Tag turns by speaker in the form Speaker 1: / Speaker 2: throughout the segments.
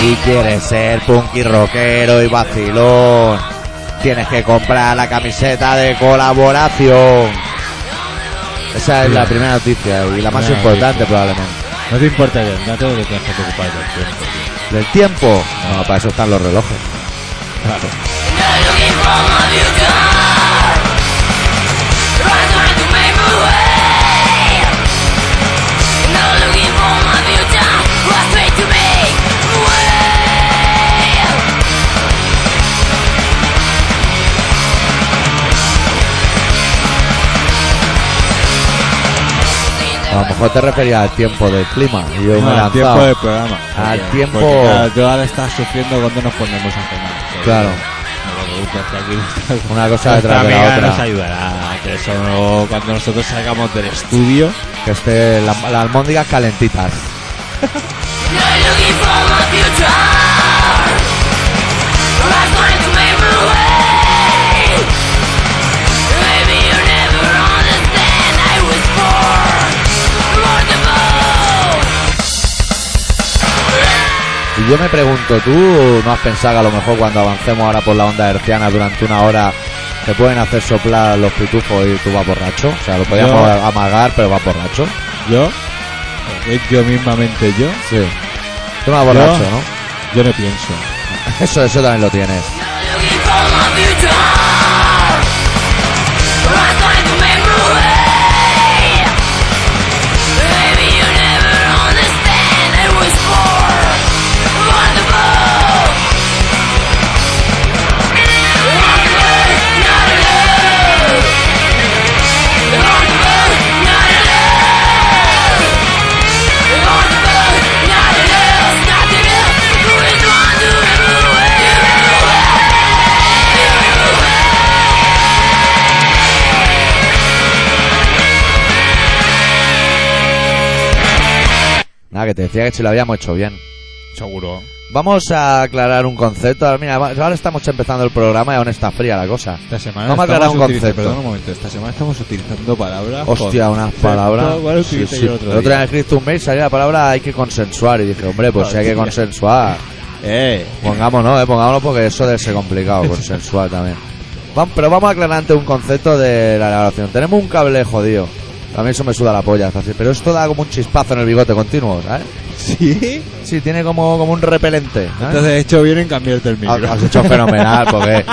Speaker 1: y quieres ser punky rockero y vacilón, tienes que comprar la camiseta de colaboración. Esa es la primera noticia y la más
Speaker 2: Primera
Speaker 1: importante
Speaker 2: noticia.
Speaker 1: probablemente.
Speaker 2: No te importa que no tengo que tener que preocupar del tiempo.
Speaker 1: ¿Del tiempo? No, para eso están los relojes.
Speaker 2: Claro.
Speaker 1: A lo mejor te referías al tiempo del clima. Y yo me he
Speaker 2: No, al
Speaker 1: lanzado.
Speaker 2: tiempo del programa.
Speaker 1: Al
Speaker 2: Porque-
Speaker 1: tiempo-
Speaker 2: Porque, claro, tú ahora estás sufriendo cuando nos ponemos a cenar.
Speaker 1: Claro.
Speaker 2: No lo que gusta es que aquí nuestra-
Speaker 1: Una cosa
Speaker 2: nuestra
Speaker 1: detrás de la
Speaker 2: amiga
Speaker 1: otra.
Speaker 2: nos ayudará. Que eso no- cuando nosotros salgamos del estudio.
Speaker 1: Que esté la- las almóndigas calentitas. Y yo me pregunto, ¿tú no has pensado que a lo mejor cuando avancemos ahora por la onda herciana durante una hora te pueden hacer soplar los pitufos y tú vas borracho? O sea, lo podíamos
Speaker 2: Yo-
Speaker 1: amagar, pero vas borracho.
Speaker 2: Yo, eh, yo mismamente yo,
Speaker 1: Sí. Tú no vas borracho, ¿no?
Speaker 2: yo no pienso.
Speaker 1: Eso, eso también lo tienes. Nada, que te decía que si lo habíamos hecho bien.
Speaker 2: Seguro.
Speaker 1: Vamos a aclarar un concepto. Ahora, mira, va- ahora estamos empezando el programa y aún está fría la cosa.
Speaker 2: Esta semana
Speaker 1: Vamos a aclarar
Speaker 2: estamos
Speaker 1: un
Speaker 2: utiliz-
Speaker 1: concepto.
Speaker 2: Perdón un momento. Esta semana estamos utilizando palabras.
Speaker 1: Hostia, unas
Speaker 2: concepto,
Speaker 1: palabras.
Speaker 2: igual utilicé yo el otro
Speaker 1: El otro
Speaker 2: día. Ah,
Speaker 1: día escrito un mail, salía la palabra hay que consensuar. Y dije, hombre, pues si hay que
Speaker 2: Hostia.
Speaker 1: consensuar.
Speaker 2: con- Eh.
Speaker 1: Pongámonos, eh, pongámonos porque eso debe ser complicado, consensual también. Vam- pero vamos a aclarar ante un concepto de la elaboración. Tenemos un cable jodido. A mí eso me suda la polla, es fácil. Pero esto da como un chispazo en el bigote continuo, ¿sabes?
Speaker 2: Sí.
Speaker 1: Sí, tiene como, como un repelente. ¿sabes?
Speaker 2: Entonces he hecho bien en cambiarte el micro.
Speaker 1: Has, Ah, has hecho fenomenal, porque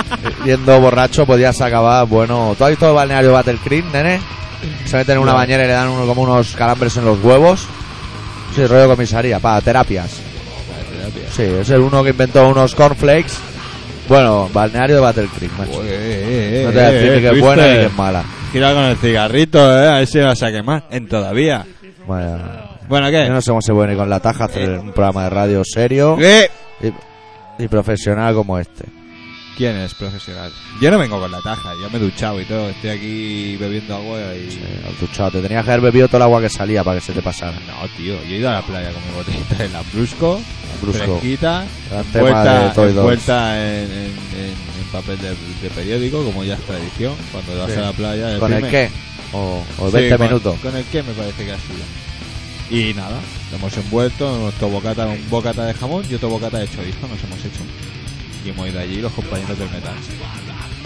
Speaker 1: yendo borracho podías acabar, bueno... ¿Tú has visto el balneario Battle Creek, nene? Se meten en una
Speaker 2: No.
Speaker 1: bañera y le dan uno- como unos calambres en los huevos. Sí, rollo comisaría, para terapias. Sí, es el uno que inventó unos cornflakes. Bueno, balneario de Battle Creek, macho.
Speaker 2: Ué, eh, eh,
Speaker 1: No te voy a decir
Speaker 2: eh,
Speaker 1: ni que es
Speaker 2: ¿viste?
Speaker 1: buena ni que es mala.
Speaker 2: Tira con el cigarrito, eh. A ver si vas a quemar. En todavía.
Speaker 1: Bueno,
Speaker 2: Bueno,
Speaker 1: yo
Speaker 2: ¿qué?
Speaker 1: no sé cómo se pone con la taja hacer un programa de radio serio
Speaker 2: ¿Qué?
Speaker 1: y, y profesional como este.
Speaker 2: ¿Quién es profesional? Yo no vengo con la taja. Yo me he duchado y todo. Estoy aquí bebiendo agua y.
Speaker 1: Eh, al duchado, te tenías que haber bebido todo el agua que salía para que se te pasara.
Speaker 2: No, tío, yo he ido a la playa con mi botellita de Lambrusco,
Speaker 1: Lambrusco.
Speaker 2: fresquita,
Speaker 1: Gran tema de
Speaker 2: envuelta,
Speaker 1: Toy Dolls.
Speaker 2: envuelta en, en- en- en papel de, de periódico, como ya es tradición, cuando vas
Speaker 1: Sí.
Speaker 2: a la playa.
Speaker 1: ¿Con el
Speaker 2: primer-
Speaker 1: qué? O, o
Speaker 2: Eh, Sí,
Speaker 1: 20
Speaker 2: con-
Speaker 1: minutos.
Speaker 2: Con el qué me parece que ha sido. Y nada, lo hemos envuelto, nuestro bocata, un bocata de jamón y otro bocata de chorizo nos hemos hecho. Y hemos ido allí los compañeros del metal.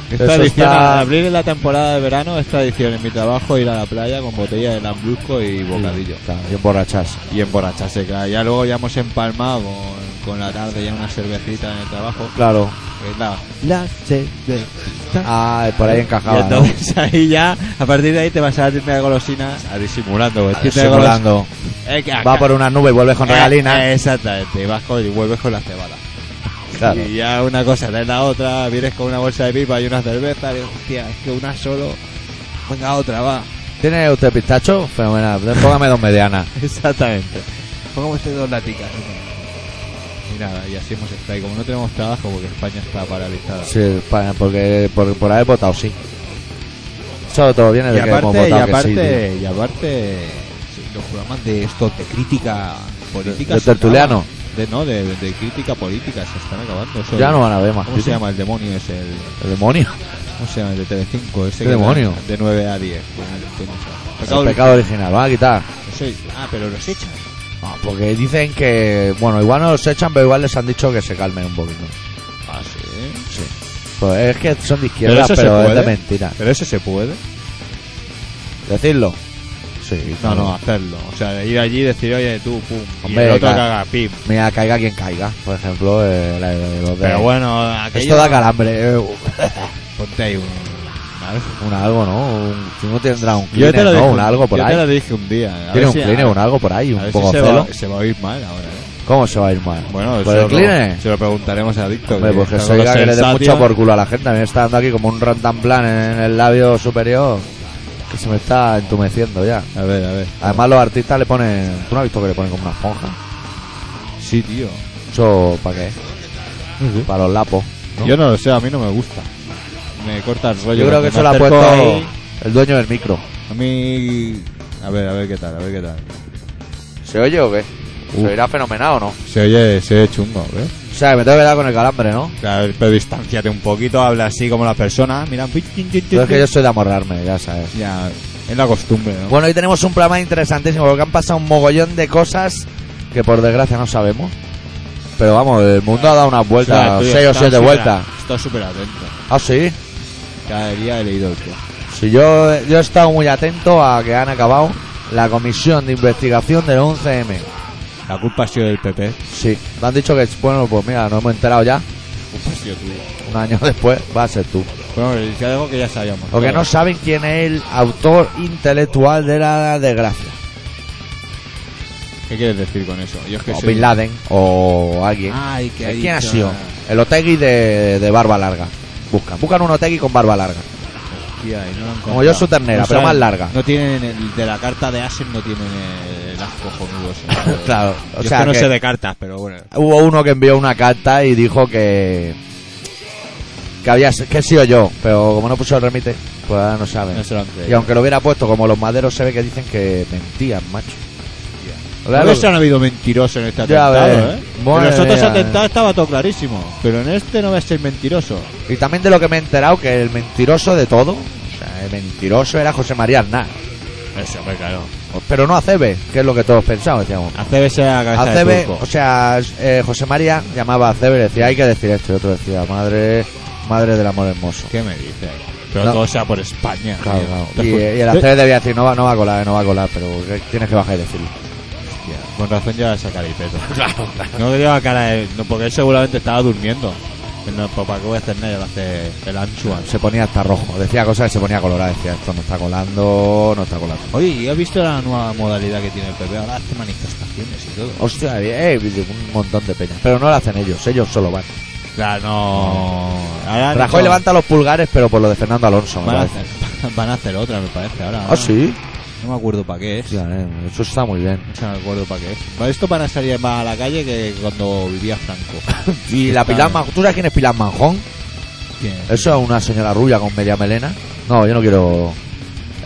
Speaker 2: Es
Speaker 1: Eso
Speaker 2: tradición,
Speaker 1: está-
Speaker 2: al abrir la temporada de verano, es tradición en mi trabajo ir a la playa con botella de lambrusco y bocadillo.
Speaker 1: Claro, y emborracharse.
Speaker 2: Y emborracharse, claro. Ya luego ya hemos empalmado con, con la tarde ya una cervecita en el trabajo.
Speaker 1: Claro.
Speaker 2: que La, la cervecita.
Speaker 1: Ah, por ahí encajaba.
Speaker 2: y
Speaker 1: ¿no?
Speaker 2: entonces ahí ya, a partir de ahí te vas a la tienda de golosinas a disimulando. pues,
Speaker 1: Ah,
Speaker 2: tienda de
Speaker 1: simulando.
Speaker 2: golosinas- Eh, que acá-
Speaker 1: Va por una nube y vuelve con
Speaker 2: eh,
Speaker 1: regalina.
Speaker 2: eh, exactamente. Y vas con, y vuelves con la cebada.
Speaker 1: Claro.
Speaker 2: Y ya una cosa traes la otra, vienes con una bolsa de pipa y una cerveza. Y, hostia, es que una solo. Venga, otra, va.
Speaker 1: ¿Tiene usted pistacho? Fenomenal. Póngame dos medianas.
Speaker 2: Exactamente. Pongamos este dos laticas. Y nada, y así hemos estado. Y como no tenemos trabajo, porque España está paralizada.
Speaker 1: Sí, pa- porque por, por haber votado sí. Eso todo viene
Speaker 2: Y
Speaker 1: de que hemos
Speaker 2: aparte, y
Speaker 1: votado que sí.
Speaker 2: aparte, y aparte, sí, los programas de estos de crítica política.
Speaker 1: De- de
Speaker 2: se acaban.
Speaker 1: tertuliano.
Speaker 2: De, no, de, de crítica política, se están acabando. Eso
Speaker 1: tío. Ya
Speaker 2: es-
Speaker 1: no van a ver más.
Speaker 2: ¿Cómo se llama el demonio? Es el.
Speaker 1: El demonio.
Speaker 2: ¿Cómo se llama el de Telecinco? Ese
Speaker 1: ¿Qué
Speaker 2: que
Speaker 1: demonio?
Speaker 2: da De 9 a 10. Bueno, el- el- el-
Speaker 1: El pecado original. Van a quitar.
Speaker 2: Eso- ah, pero los echan.
Speaker 1: No, porque dicen que, bueno, igual no los echan, pero igual les han dicho que se calmen un poquito.
Speaker 2: Ah, sí.
Speaker 1: Sí. Pues es que son de izquierda,
Speaker 2: eso
Speaker 1: pero,
Speaker 2: se
Speaker 1: es de
Speaker 2: puede.
Speaker 1: mentira.
Speaker 2: Pero eso se puede.
Speaker 1: Decirlo. Sí.
Speaker 2: No, no, hacerlo. O sea, de ir allí y decir, oye, tú, pum.
Speaker 1: Hombre,
Speaker 2: y el otro
Speaker 1: claro.
Speaker 2: caga, pim.
Speaker 1: Mira, caiga quien caiga. Por ejemplo, eh, la- la- los de-
Speaker 2: Pero bueno, aquello...
Speaker 1: Esto da calambre. eh,
Speaker 2: Ponte ahí un... algo.
Speaker 1: un algo, ¿no? Un, si no tendrá un
Speaker 2: Yo
Speaker 1: cleaner,
Speaker 2: te lo
Speaker 1: ¿no?
Speaker 2: dije,
Speaker 1: Un algo por
Speaker 2: yo te lo
Speaker 1: ahí.
Speaker 2: dije un día. A
Speaker 1: Tiene
Speaker 2: ver
Speaker 1: un
Speaker 2: si-
Speaker 1: cleaner,
Speaker 2: a-
Speaker 1: un algo por ahí,
Speaker 2: a
Speaker 1: un
Speaker 2: ver
Speaker 1: poco
Speaker 2: si se
Speaker 1: celo.
Speaker 2: va, Pues se va a oír mal ahora. ¿eh?
Speaker 1: ¿Cómo se va a ir mal?
Speaker 2: Bueno,
Speaker 1: ¿Por
Speaker 2: se
Speaker 1: el
Speaker 2: lo-
Speaker 1: cleaner?
Speaker 2: Se lo preguntaremos a Dicto.
Speaker 1: Hombre, pues que se diga que le dé mucho por culo a la gente. A mí me está dando aquí como un rantan plan en, en el labio superior que se me está entumeciendo ya.
Speaker 2: A ver, a ver.
Speaker 1: Además, los artistas le ponen. ¿Tú no has visto que le ponen como una esponja?
Speaker 2: Sí, tío.
Speaker 1: ¿Eso para qué? Para los lapos. ¿no?
Speaker 2: Yo no lo sé, a mí no me gusta. Me corta el rollo.
Speaker 1: Yo creo que
Speaker 2: cuando
Speaker 1: eso
Speaker 2: me
Speaker 1: lo ha
Speaker 2: acerco
Speaker 1: puesto
Speaker 2: ahí-
Speaker 1: el dueño del micro.
Speaker 2: A mí... A ver, a ver qué tal, a ver qué tal.
Speaker 1: ¿Se oye o qué?
Speaker 2: Uh.
Speaker 1: ¿Se oirá fenomenal o no? O
Speaker 2: Se oye, se oye chungo, ¿ves?
Speaker 1: sea, que me tengo que dar con el calambre, ¿no?
Speaker 2: Claro, pero distanciate un poquito, habla así como la persona. Mira,
Speaker 1: Yo es que yo soy de amorrarme, ya sabes.
Speaker 2: Ya, es la costumbre, ¿no?
Speaker 1: Bueno, hoy tenemos un programa interesantísimo porque han pasado un mogollón de cosas que por desgracia no sabemos. Pero vamos, el mundo ha dado unas vueltas,
Speaker 2: tío,
Speaker 1: seis o
Speaker 2: está
Speaker 1: siete
Speaker 2: súper-
Speaker 1: vueltas.
Speaker 2: Está súper atento.
Speaker 1: Ah, sí.
Speaker 2: Cada día he leído el tío.
Speaker 1: Sí, yo, yo he estado muy atento a que han acabado la comisión de investigación del 11M.
Speaker 2: La culpa ha sido del PP.
Speaker 1: Sí, me han dicho que, bueno, pues mira, nos hemos enterado ya.
Speaker 2: La culpa ha sido tuya.
Speaker 1: Un año después va a ser tú.
Speaker 2: Bueno, es algo que ya sabíamos.
Speaker 1: Lo que no saben quién es el autor intelectual de la desgracia.
Speaker 2: ¿Qué quieres decir con eso? Yo es que
Speaker 1: O
Speaker 2: soy-
Speaker 1: Bin Laden o alguien.
Speaker 2: Ay, que
Speaker 1: ¿Quién ha
Speaker 2: dicho-
Speaker 1: sido? El Otegui de, de barba larga. Buscan. Buscan un Otegui con barba larga.
Speaker 2: Tía, y no lo han
Speaker 1: Como yo,
Speaker 2: contado.
Speaker 1: su ternera,
Speaker 2: No
Speaker 1: pero
Speaker 2: saben-
Speaker 1: más larga.
Speaker 2: No tienen el de la carta de Asen, no tienen el asco cojonudo. ese.
Speaker 1: Claro, o
Speaker 2: Yo es
Speaker 1: sea
Speaker 2: que no
Speaker 1: que-
Speaker 2: sé de cartas, pero bueno.
Speaker 1: Hubo uno que envió una carta y dijo que. Que había que he sido yo, pero como no puso el remite, pues ahora no saben.
Speaker 2: No se lo han creído.
Speaker 1: y aunque lo hubiera puesto, como los maderos se ve que dicen que mentían, macho.
Speaker 2: A veces han habido mentirosos en este
Speaker 1: Ya
Speaker 2: atentado,
Speaker 1: ves.
Speaker 2: ¿eh?
Speaker 1: Madre
Speaker 2: en los otros
Speaker 1: mía.
Speaker 2: atentados estaba todo clarísimo. Pero en este no va a ser mentiroso.
Speaker 1: Y también de lo que me he enterado, que el mentiroso de todo, o sea, el mentiroso era José María Aznar.
Speaker 2: Eso, hombre, claro.
Speaker 1: Pero no Acebe, que es lo que todos pensamos, decíamos.
Speaker 2: ACB se la cabeza de
Speaker 1: Acebe,
Speaker 2: turco.
Speaker 1: o sea, eh, José María llamaba a Acebe y le decía, hay que decir esto. Y otro decía, madre, madre del amor hermoso.
Speaker 2: ¿Qué me dices? Pero
Speaker 1: No.
Speaker 2: todo sea por España.
Speaker 1: Claro,
Speaker 2: tío.
Speaker 1: claro.
Speaker 2: Te
Speaker 1: Y,
Speaker 2: ju-
Speaker 1: y el
Speaker 2: te-
Speaker 1: Acebe debía decir, no va, no va a colar, eh, no va a colar, pero que tienes que bajar y decirlo.
Speaker 2: Hostia, Con razón lleva esa cara y peto. Claro, No lleva cara de... No, porque él seguramente estaba durmiendo. No, pues para qué voy a hacer nada, lo hace el anchuan.
Speaker 1: Se ponía hasta rojo, decía cosas que se ponía colorada, decía, esto no está colando, no está colando.
Speaker 2: Oye, ¿y ¿has visto la nueva modalidad que tiene el PP? Ahora hace manifestaciones y todo.
Speaker 1: Hostia, eh, un montón de peñas. Pero no lo hacen ellos, ellos solo van.
Speaker 2: Claro, no... Ahora han
Speaker 1: Rajoy
Speaker 2: hecho-
Speaker 1: levanta los pulgares, pero por lo de Fernando Alonso, me
Speaker 2: Van a,
Speaker 1: parece.
Speaker 2: hacer, van a hacer otra, me parece, ahora.
Speaker 1: Ah, sí.
Speaker 2: No me acuerdo para qué es.
Speaker 1: Hostia, eh, eso está muy bien.
Speaker 2: No me acuerdo para qué es. Para esto van a salir más a la calle que cuando vivía Franco.
Speaker 1: Y la Pilar Manjón, ¿tú sabes quién es Pilar Manjón?
Speaker 2: ¿Quién?
Speaker 1: Eso es una señora rubia con media melena. No, yo no quiero.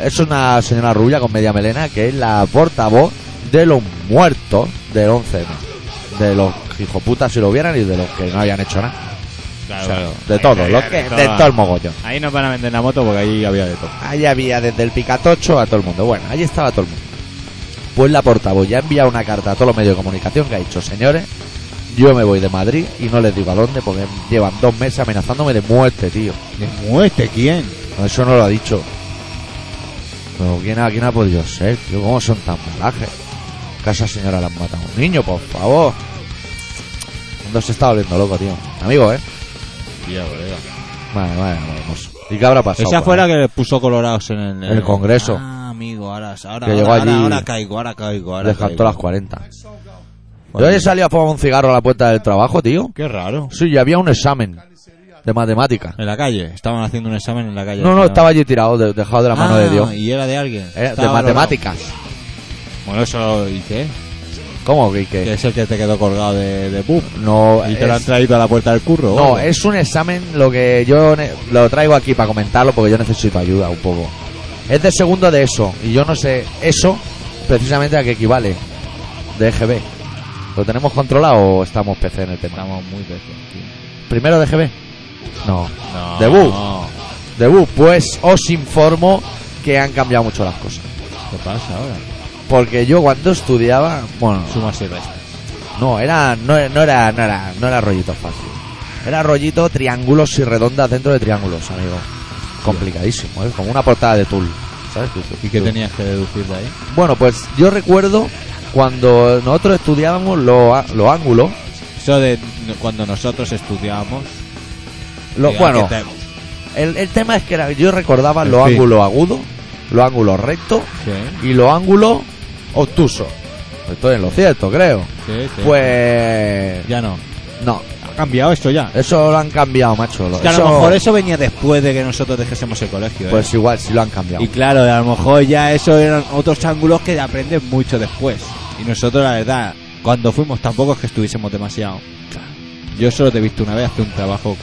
Speaker 1: Es una señora rubia con media melena que es la portavoz de los muertos del 11 De los hijoputas si lo hubieran y de los que no habían hecho nada.
Speaker 2: Claro,
Speaker 1: O sea,
Speaker 2: claro.
Speaker 1: de todo, lo que, de todo el mogollón.
Speaker 2: Ahí nos van a vender la moto porque ahí había de todo.
Speaker 1: Ahí había desde el picatocho a todo el mundo. Bueno, ahí estaba todo el mundo. Pues la portavoz ya ha enviado una carta a todos los medios de comunicación que ha dicho, señores, yo me voy de Madrid y no les digo a dónde porque llevan dos meses amenazándome de muerte, tío.
Speaker 2: ¿De muerte quién?
Speaker 1: No, Eso no lo ha dicho. Pero ¿quién ha, quién ha podido ser, tío? ¿Cómo son tan malajes? Casa señora la han matado. a Un niño, por favor. El mundo se está volviendo loco, tío. Amigo, ¿eh?
Speaker 2: Tía, colega.
Speaker 1: Vale, vale, vale, hermoso. ¿Y qué habrá pasado?
Speaker 2: Esa
Speaker 1: con
Speaker 2: fue la
Speaker 1: él?
Speaker 2: que le puso colorados en el,
Speaker 1: El Congreso.
Speaker 2: Ah, amigo, ahora, ahora,
Speaker 1: Que
Speaker 2: ahora,
Speaker 1: llegó
Speaker 2: ahora,
Speaker 1: allí-
Speaker 2: ahora caigo, ahora caigo. Ahora
Speaker 1: Pues, Descartó
Speaker 2: caigo.
Speaker 1: las 40. Yo he salido a fumar un cigarro a la puerta del trabajo, tío.
Speaker 2: Qué raro.
Speaker 1: Sí, y había un examen de matemática.
Speaker 2: En la calle, estaban haciendo un examen en la calle.
Speaker 1: No, no, estaba allí tirado, de- dejado de la mano
Speaker 2: Ah,
Speaker 1: de Dios.
Speaker 2: Y era de alguien.
Speaker 1: Eh, de
Speaker 2: Estaba valorado.
Speaker 1: matemáticas.
Speaker 2: Bueno, eso, ¿y qué?
Speaker 1: ¿Cómo que, que-
Speaker 2: Que es el que te quedó colgado de, de pub.
Speaker 1: No,
Speaker 2: Y te lo
Speaker 1: Ah, es-
Speaker 2: han traído a la puerta del curro.
Speaker 1: No,
Speaker 2: ¿o?
Speaker 1: es un examen lo que yo ne- lo traigo aquí para comentarlo porque yo necesito ayuda un poco. Es de segundo de eso y yo no sé eso precisamente a qué equivale de EGB. ¿Lo tenemos controlado o estamos PC en el tema?
Speaker 2: Estamos muy peces.
Speaker 1: Primero de EGB. No.
Speaker 2: No.
Speaker 1: ¿De bus?
Speaker 2: no.
Speaker 1: De BU, pues os informo que han cambiado mucho las cosas.
Speaker 2: ¿Qué pasa ahora?
Speaker 1: Porque yo cuando estudiaba, bueno,
Speaker 2: Suma siete.
Speaker 1: no, era, no, no era, no era, no era rollito fácil. Era rollito triángulos y redondas dentro de triángulos, amigo. Complicadísimo, ¿eh? como una portada de Tool. ¿Sabes tú?
Speaker 2: ¿Y qué tenías que deducir de ahí?
Speaker 1: Bueno, pues yo recuerdo cuando nosotros estudiábamos los a- los ángulos.
Speaker 2: Eso de cuando nosotros estudiábamos.
Speaker 1: Lo,
Speaker 2: diga,
Speaker 1: bueno,
Speaker 2: que te-
Speaker 1: el, el tema es que era- yo recordaba
Speaker 2: En
Speaker 1: los
Speaker 2: fin.
Speaker 1: ángulos agudos, los ángulos rectos
Speaker 2: Sí,
Speaker 1: y los ángulos obtusos. Estoy en lo cierto, creo.
Speaker 2: sí, sí.
Speaker 1: Pues.
Speaker 2: Ya no.
Speaker 1: No,
Speaker 2: Ha cambiado esto ya.
Speaker 1: eso lo han cambiado, macho.
Speaker 2: Es que a
Speaker 1: Eso-
Speaker 2: lo mejor eso venía después de que nosotros dejásemos el colegio. ¿eh?
Speaker 1: Pues igual, sí lo han cambiado.
Speaker 2: y claro, a lo mejor ya eso eran otros ángulos que aprendes mucho después. Y nosotros, la verdad, cuando fuimos tampoco es que estuviésemos demasiado. Yo solo te he visto una vez hacer un trabajo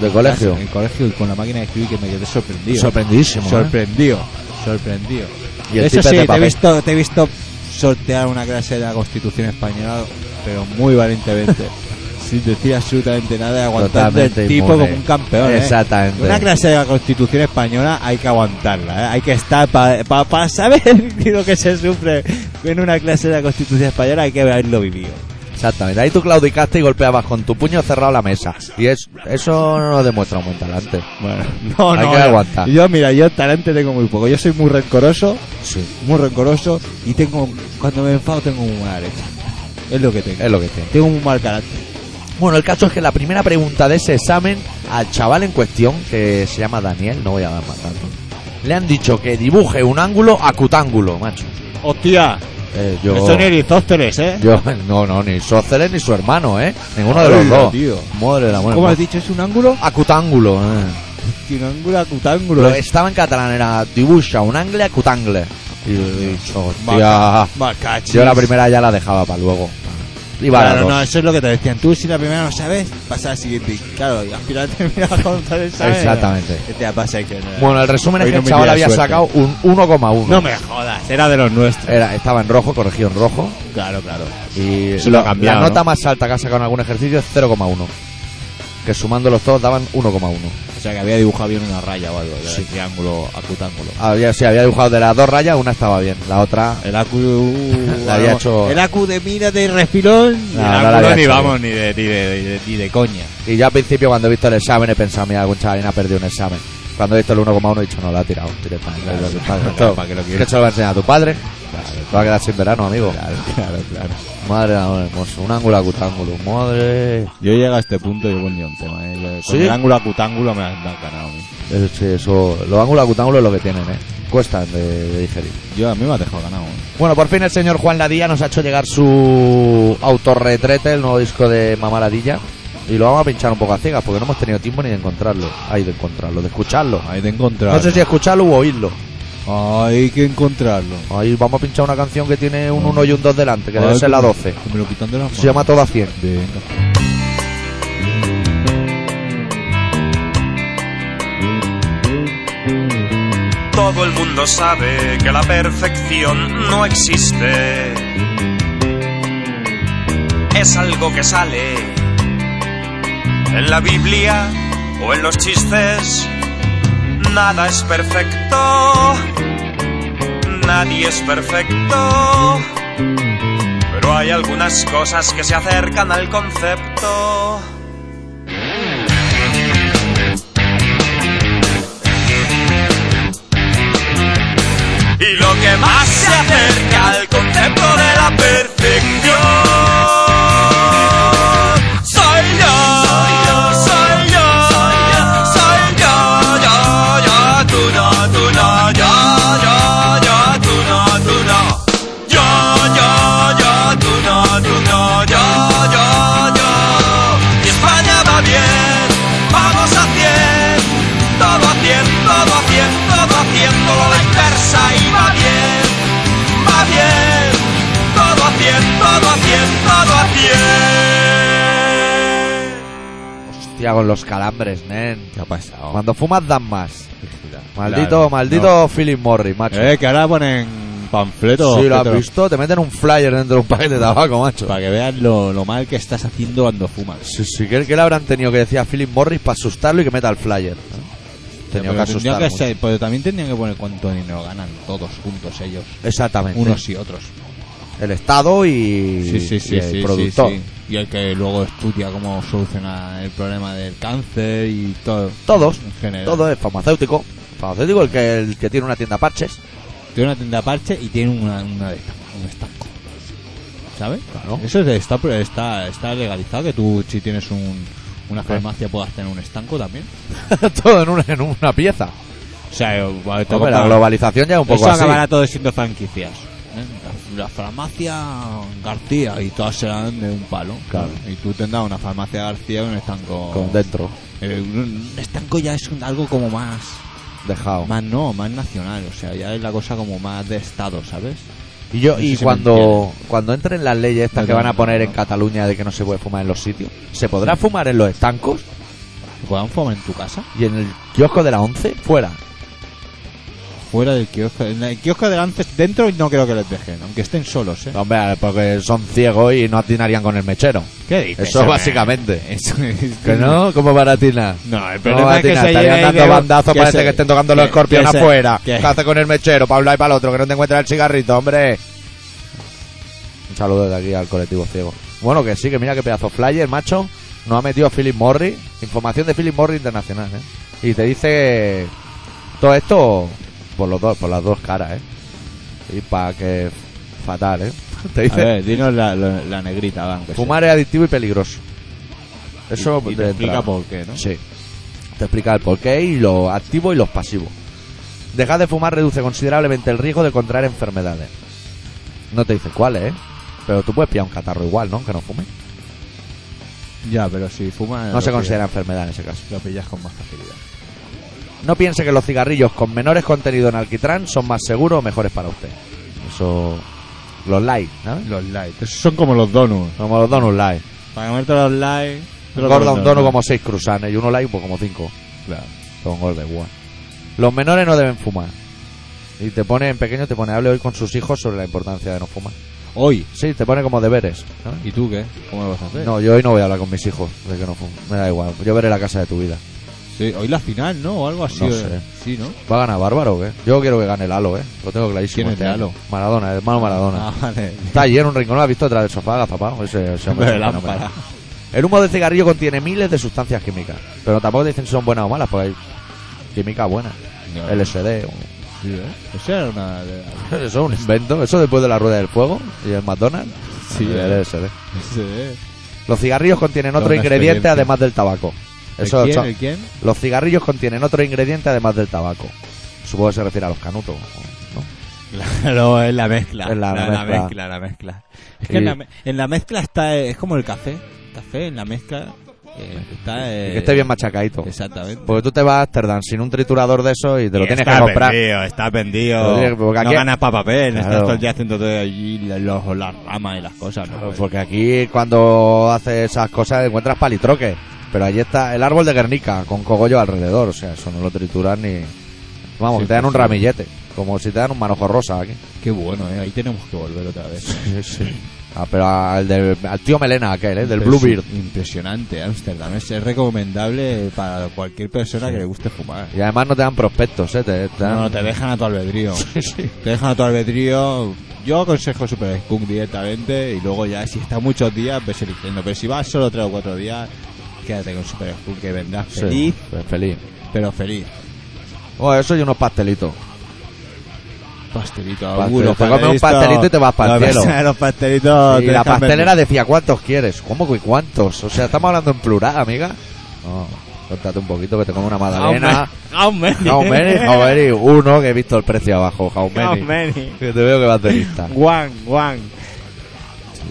Speaker 1: De colegio.
Speaker 2: en el colegio y con la máquina de escribir que me quedé sorprendido.
Speaker 1: Sorprendidísimo. ¿eh?
Speaker 2: sorprendido, sorprendido.
Speaker 1: Y el
Speaker 2: Eso
Speaker 1: tipe
Speaker 2: sí,
Speaker 1: de
Speaker 2: te he
Speaker 1: papel.
Speaker 2: visto, te he visto sortear una clase de la Constitución española, pero muy valientemente. sin decir absolutamente nada, aguantando
Speaker 1: Totalmente
Speaker 2: el tipo
Speaker 1: inmune.
Speaker 2: como un campeón. ¿eh?
Speaker 1: Exactamente.
Speaker 2: Una clase de la Constitución española hay que aguantarla, ¿eh? hay que estar para saber lo que se sufre en una clase de la Constitución española, hay que haberlo vivido.
Speaker 1: Exactamente. Ahí tú claudicaste y golpeabas con tu puño cerrado la mesa. Y es, eso no demuestra un buen talante.
Speaker 2: Bueno, no,
Speaker 1: Hay
Speaker 2: no,
Speaker 1: que
Speaker 2: no.
Speaker 1: aguantar.
Speaker 2: Yo, mira, yo talante tengo muy poco. Yo soy muy rencoroso,
Speaker 1: Sí.
Speaker 2: muy rencoroso y tengo cuando me enfado tengo muy mala leche. Es lo que tengo.
Speaker 1: Es lo que tiene.
Speaker 2: Tengo un mal carácter.
Speaker 1: Bueno, el caso es que la primera pregunta de ese examen al chaval en cuestión, que se llama Daniel, no voy a dar más datos, le han dicho que dibuje un ángulo a cutángulo, macho.
Speaker 2: Hostia,
Speaker 1: Eh,
Speaker 2: no
Speaker 1: yo,
Speaker 2: son eristóteles, ¿eh?
Speaker 1: yo- no, no, ni Sóceres ni su hermano, ¿eh? Ninguno de los
Speaker 2: Oiga,
Speaker 1: dos.
Speaker 2: tío.
Speaker 1: Madre de la
Speaker 2: ¿Cómo has
Speaker 1: muerte.
Speaker 2: dicho? ¿Es un ángulo?
Speaker 1: A cutángulo, eh.
Speaker 2: Un ángulo a cutángulo.
Speaker 1: Lo que estaba en catalán era dibuja un angle a cutangle. Y yo he dicho, hostia.
Speaker 2: Macachis.
Speaker 1: Yo la primera ya la dejaba para luego. Iba a la
Speaker 2: Claro,
Speaker 1: dos.
Speaker 2: no, eso es lo que te decían. Tú, si la primera no sabes, pasa a la siguiente. Y Claro, y al final terminas con todo el examen.
Speaker 1: Exactamente.
Speaker 2: ¿Qué te pasa? Que no,
Speaker 1: Bueno, pues- el resumen es
Speaker 2: Hoy
Speaker 1: que
Speaker 2: no
Speaker 1: el
Speaker 2: me
Speaker 1: chaval
Speaker 2: iría
Speaker 1: había
Speaker 2: suerte.
Speaker 1: sacado un 1,1.
Speaker 2: no me jodas, era de los nuestros.
Speaker 1: Era, estaba en rojo, corregido en rojo.
Speaker 2: Claro, claro.
Speaker 1: Y
Speaker 2: Se lo ha
Speaker 1: la-
Speaker 2: cambiado,
Speaker 1: la
Speaker 2: ¿no?
Speaker 1: nota más alta que ha sacado en algún ejercicio es 0,1. Que sumándolos todos daban 1,1.
Speaker 2: O sea, que había dibujado bien una raya o algo. de
Speaker 1: Sí.
Speaker 2: Triángulo a cutángulo.
Speaker 1: Había, sí, había dibujado de las dos rayas, una estaba bien, la otra.
Speaker 2: El AQ.
Speaker 1: La había hecho-
Speaker 2: El AQ de mira de respirón.
Speaker 1: No, no
Speaker 2: el AQ
Speaker 1: la había
Speaker 2: ni
Speaker 1: hecho
Speaker 2: vamos, ni de, ni, de, ni de- ni de coña.
Speaker 1: Y yo al principio, cuando he visto el examen, he pensado, mira, algún chavalín ha perdido un examen. Cuando he visto el 1,1, he dicho, no, la ha tirado directamente.
Speaker 2: Claro,
Speaker 1: Lo que
Speaker 2: claro,
Speaker 1: pasa,
Speaker 2: claro,
Speaker 1: esto-
Speaker 2: ¿para qué lo
Speaker 1: ¿qué
Speaker 2: quieres?
Speaker 1: se lo va a enseñar a tu padre? Te va a quedar sin verano, amigo.
Speaker 2: claro, claro.
Speaker 1: Madre de amor hermoso, un ángulo a cutángulo, madre.
Speaker 2: Yo llego a este punto y yo ponía un tema. ¿eh? Yo- Con
Speaker 1: ¿Sí?
Speaker 2: el ángulo a cutángulo me han, me han ganado a mí.
Speaker 1: Eh, sí, eso, los ángulos a cutángulo es lo que tienen, eh. Cuestan de- de digerir.
Speaker 2: Yo a mí me has dejado ganado. ¿eh?
Speaker 1: Bueno, por fin el señor Juan Ladilla nos ha hecho llegar su autorretrete, el nuevo disco de Mamá Ladilla. Y lo vamos a pinchar un poco a ciegas porque no hemos tenido tiempo ni de encontrarlo. Ay, de encontrarlo, de escucharlo.
Speaker 2: Hay que encontrarlo.
Speaker 1: No sé si escucharlo u oírlo.
Speaker 2: Hay que encontrarlo.
Speaker 1: Ahí vamos a pinchar una canción que tiene un 1 y un 2 delante, que debe
Speaker 2: Ay,
Speaker 1: ser la 12.
Speaker 2: que Me lo quitan de las
Speaker 1: Se llama
Speaker 2: manos.
Speaker 1: Toda 100.
Speaker 2: Venga.
Speaker 3: Todo el mundo sabe que la perfección no existe. Es algo que sale en la Biblia o en los chistes. Nada es perfecto. Nadie es perfecto. Pero hay algunas cosas que se acercan al concepto. y lo que más se acerca al concepto de la perfección. Soy yo, soy yo, soy yo, soy yo, yo, yo, tú no, tú no, yo, yo, yo, tú no, tú no. Yo, yo, yo, tú no, tú no, yo, yo, yo. Y España va bien, vamos a 100 todo a 100, todo a 100, todo a 100, todo a la inversa y va bien, va bien, todo a 100, todo a 100, todo a 100.
Speaker 1: Hostia, con los calambres, nen.
Speaker 2: ¿Qué ha pasado?
Speaker 1: Cuando fumas dan más. Maldito,
Speaker 2: Claro,
Speaker 1: maldito Philip Morris, macho.
Speaker 2: no. Eh, que ahora ponen panfletos.
Speaker 1: si lo has
Speaker 2: Pedro,
Speaker 1: visto, te meten un flyer dentro de un paquete de tabaco, macho.
Speaker 2: Para que veas lo, lo mal que estás haciendo cuando fumas.
Speaker 1: Sí, sí, que, que le habrán tenido que decir a Philip Morris para asustarlo y que meta el flyer. ¿no? Tenía
Speaker 2: Pero
Speaker 1: que asustar.
Speaker 2: tendría que
Speaker 1: mucho.
Speaker 2: ser- pero también tendrían que poner cuánto dinero ganan todos juntos ellos,
Speaker 1: Exactamente.
Speaker 2: unos y otros.
Speaker 1: El Estado y,
Speaker 2: Sí, sí, sí,
Speaker 1: y el
Speaker 2: sí, sí,
Speaker 1: productor.
Speaker 2: sí. Y el que luego estudia cómo solucionar el problema del cáncer y todo.
Speaker 1: Todos.
Speaker 2: En general.
Speaker 1: Todo es farmacéutico. Farmacéutico el que, el que tiene una tienda parches.
Speaker 2: Tiene una tienda parche y tiene una, una de estas- un estanco. ¿Sabes?
Speaker 1: Claro.
Speaker 2: Eso es- está, está, está legalizado que tú si tienes un,
Speaker 1: Ah.
Speaker 2: una farmacia puedas tener un estanco también.
Speaker 1: todo en una, en una pieza.
Speaker 2: O sea, eh, va, te
Speaker 1: Hombre, la
Speaker 2: compra-
Speaker 1: globalización ya es un poco
Speaker 2: Eso
Speaker 1: así.
Speaker 2: acabará todo siendo franquicias. ¿eh? La, la farmacia García y todas serán de un palo.
Speaker 1: Claro.
Speaker 2: Y tú tendrás una farmacia García y un estanco.
Speaker 1: Con dentro.
Speaker 2: Eh, un Oh. un estanco ya es un- algo como más.
Speaker 1: Dejado.
Speaker 2: Más no, más nacional. O sea, ya es la cosa como más de Estado, ¿sabes?
Speaker 1: Y yo,
Speaker 2: No sé
Speaker 1: y
Speaker 2: si me
Speaker 1: cuando, cuando entren las leyes estas
Speaker 2: No,
Speaker 1: que
Speaker 2: no,
Speaker 1: van a
Speaker 2: no,
Speaker 1: poner
Speaker 2: no.
Speaker 1: en Cataluña de que no se puede fumar en los sitios, ¿se podrá fumar en los estancos
Speaker 2: ¿Juegan fumar en tu casa?
Speaker 1: y en el kiosco de la 11? Fuera.
Speaker 2: Fuera del kiosco. En el kiosco delante, dentro no creo que les dejen, aunque estén solos, ¿eh?
Speaker 1: Hombre, porque son ciegos y no atinarían con el mechero.
Speaker 2: ¿Qué ¿eh? dices?
Speaker 1: Eso
Speaker 2: hombre?
Speaker 1: básicamente.
Speaker 2: Eso es-
Speaker 1: ¿Que no? ¿Cómo van a atinar?
Speaker 2: No, el
Speaker 1: No,
Speaker 2: problema es que
Speaker 1: Martina,
Speaker 2: se
Speaker 1: estarían
Speaker 2: llena ahí
Speaker 1: dando
Speaker 2: de-
Speaker 1: bandazos,
Speaker 2: que
Speaker 1: parece
Speaker 2: se-
Speaker 1: que estén tocando los
Speaker 2: que-
Speaker 1: escorpión
Speaker 2: que se-
Speaker 1: afuera.
Speaker 2: que-
Speaker 1: ¿Qué hace con el mechero? Para un lado y para el otro, que no te encuentres el cigarrito, hombre. Un saludo desde aquí al colectivo ciego. Bueno, que sí, que mira qué pedazo flyer, macho. Nos ha metido Philip Morris. Información de Philip Morris Internacional, ¿eh? Y te dice todo esto por, los dos, por las dos caras, ¿eh? Y para que... Fatal, ¿eh? Te
Speaker 2: A
Speaker 1: dice...
Speaker 2: ver, dinos la, la- la negrita, van. que
Speaker 1: Fumar es adictivo y peligroso.
Speaker 2: sea.
Speaker 1: Eso
Speaker 2: Y- y te
Speaker 1: de
Speaker 2: explica
Speaker 1: entrada.
Speaker 2: por qué, ¿no?
Speaker 1: Sí. Te explica el porqué y los activos y los pasivos. Dejar de fumar reduce considerablemente el riesgo de contraer enfermedades. No te dice cuáles, ¿eh? Pero tú puedes pillar un catarro igual, ¿no? Que no fume.
Speaker 2: Ah, Ya, pero si fumas.
Speaker 1: No se considera enfermedad en ese caso.
Speaker 2: Lo pillas con más facilidad.
Speaker 1: No piense que los cigarrillos con menores contenido en alquitrán son más seguros o mejores para usted. Eso. Los light, ¿no?
Speaker 2: Los light. Esos son como los donuts.
Speaker 1: Como los donuts light.
Speaker 2: Para comerte los light.
Speaker 1: Gorda un donut como seis cruzanes y uno light pues como cinco. Son gol de guay. Los menores no deben fumar. Y te pone, en pequeño, te pone, hable hoy con sus hijos sobre la importancia de no fumar.
Speaker 2: Hoy.
Speaker 1: Sí, te pone como deberes.
Speaker 2: ¿Y tú qué? ¿Cómo lo vas a hacer?
Speaker 1: No, yo hoy no voy a hablar con mis hijos de que no fumo. Me da igual, yo veré la casa de tu vida.
Speaker 2: Sí, hoy la final, ¿no? O algo así.
Speaker 1: No
Speaker 2: ¿eh?
Speaker 1: sé.
Speaker 2: Sí, ¿no?
Speaker 1: ¿Va a ganar Bárbaro o qué? Yo quiero que gane el Halo, ¿eh? Lo tengo clarísimo.
Speaker 2: ¿Quién es
Speaker 1: este
Speaker 2: el
Speaker 1: año.
Speaker 2: Halo?
Speaker 1: Maradona, el hermano Maradona.
Speaker 2: Ah, vale.
Speaker 1: Está allí en un rincón, ¿lo has visto detrás del sofá, agazapado? Ese, ese hombre es
Speaker 2: Hombre,
Speaker 1: un fenómeno.
Speaker 2: lámpara.
Speaker 1: El humo del cigarrillo contiene miles de sustancias químicas. Pero tampoco dicen si son buenas o malas, porque hay químicas buenas.
Speaker 2: No.
Speaker 1: LSD, o-
Speaker 2: Sí, ¿eh? Eso era una. de las-
Speaker 1: Eso es un invento. Eso después de la rueda del fuego y el McDonald's.
Speaker 2: Sí,
Speaker 1: el
Speaker 2: eh.
Speaker 1: LSD.
Speaker 2: Sí, ¿eh?
Speaker 1: Los cigarrillos contienen otro
Speaker 2: Una
Speaker 1: ingrediente
Speaker 2: experiencia.
Speaker 1: además del tabaco.
Speaker 2: ¿El
Speaker 1: Eso
Speaker 2: quién?
Speaker 1: son-
Speaker 2: ¿El quién?
Speaker 1: Los cigarrillos contienen otro ingrediente además del tabaco. Supongo que se refiere a los canutos. ¿no?
Speaker 2: Claro, es la mezcla.
Speaker 1: Es la mezcla.
Speaker 2: la mezcla. Es
Speaker 1: Y-
Speaker 2: que en la, me- en la mezcla está. eh, Es como el café. El café en la mezcla. eh, está.
Speaker 1: Y
Speaker 2: eh,
Speaker 1: que esté bien machacadito.
Speaker 2: Exactamente.
Speaker 1: Porque tú te vas a Amsterdam sin un triturador de eso y te lo
Speaker 2: Y
Speaker 1: tienes
Speaker 2: está
Speaker 1: que comprar.
Speaker 2: Vendido, está
Speaker 1: Te lo tienes
Speaker 2: vendido.
Speaker 1: que- porque
Speaker 2: no
Speaker 1: aquí-
Speaker 2: ganas para papel. Estás
Speaker 1: Claro.
Speaker 2: todo el día haciendo todo allí los, las ramas y las cosas. ¿no? Pues
Speaker 1: Porque aquí cuando haces esas cosas encuentras palitroques. Pero allí está el árbol de Guernica con cogollo alrededor. O sea, eso no lo trituran ni. Vamos,
Speaker 2: Sí,
Speaker 1: que te dan
Speaker 2: sí,
Speaker 1: un
Speaker 2: sí.
Speaker 1: ramillete. Como si te dan un manojo rosa aquí.
Speaker 2: Qué bueno, ¿eh? ahí tenemos que volver otra vez.
Speaker 1: Ah, pero al, de- al tío Melena aquel, ¿eh? del
Speaker 2: Impresi-
Speaker 1: Bluebeard.
Speaker 2: Impresionante, Ámsterdam. Es, es recomendable para cualquier persona que le guste fumar.
Speaker 1: Y además no te dan prospectos, ¿eh? Te, te dan-
Speaker 2: No, no, te dejan a tu albedrío. Te dejan a tu albedrío. Yo aconsejo Super Skunk directamente y luego ya, si está muchos días, ves eligiendo. Pero si vas solo 3 o 4 días, quédate con Super Skunk que vendrás
Speaker 1: Sí,
Speaker 2: feliz,
Speaker 1: pues feliz.
Speaker 2: pero feliz.
Speaker 1: Oh, eso y unos pastelitos.
Speaker 2: Pastelito,
Speaker 1: Pastel-
Speaker 2: alguno.
Speaker 1: te comes un pastelito y te vas pa'l
Speaker 2: Los-
Speaker 1: cielo.
Speaker 2: Los pastelitos.
Speaker 1: y
Speaker 2: Ah, te
Speaker 1: la
Speaker 2: dejan
Speaker 1: pastelera
Speaker 2: venir.
Speaker 1: decía, ¿cuántos quieres? ¿Cómo que cuántos? O sea, estamos hablando en plural, amiga. No, contate un poquito que te come una magdalena.
Speaker 2: How many?
Speaker 1: How many? How many? Uno, que he visto el precio abajo. How
Speaker 2: How
Speaker 1: many?
Speaker 2: many?
Speaker 1: Que te veo que vas de lista.
Speaker 2: One, one.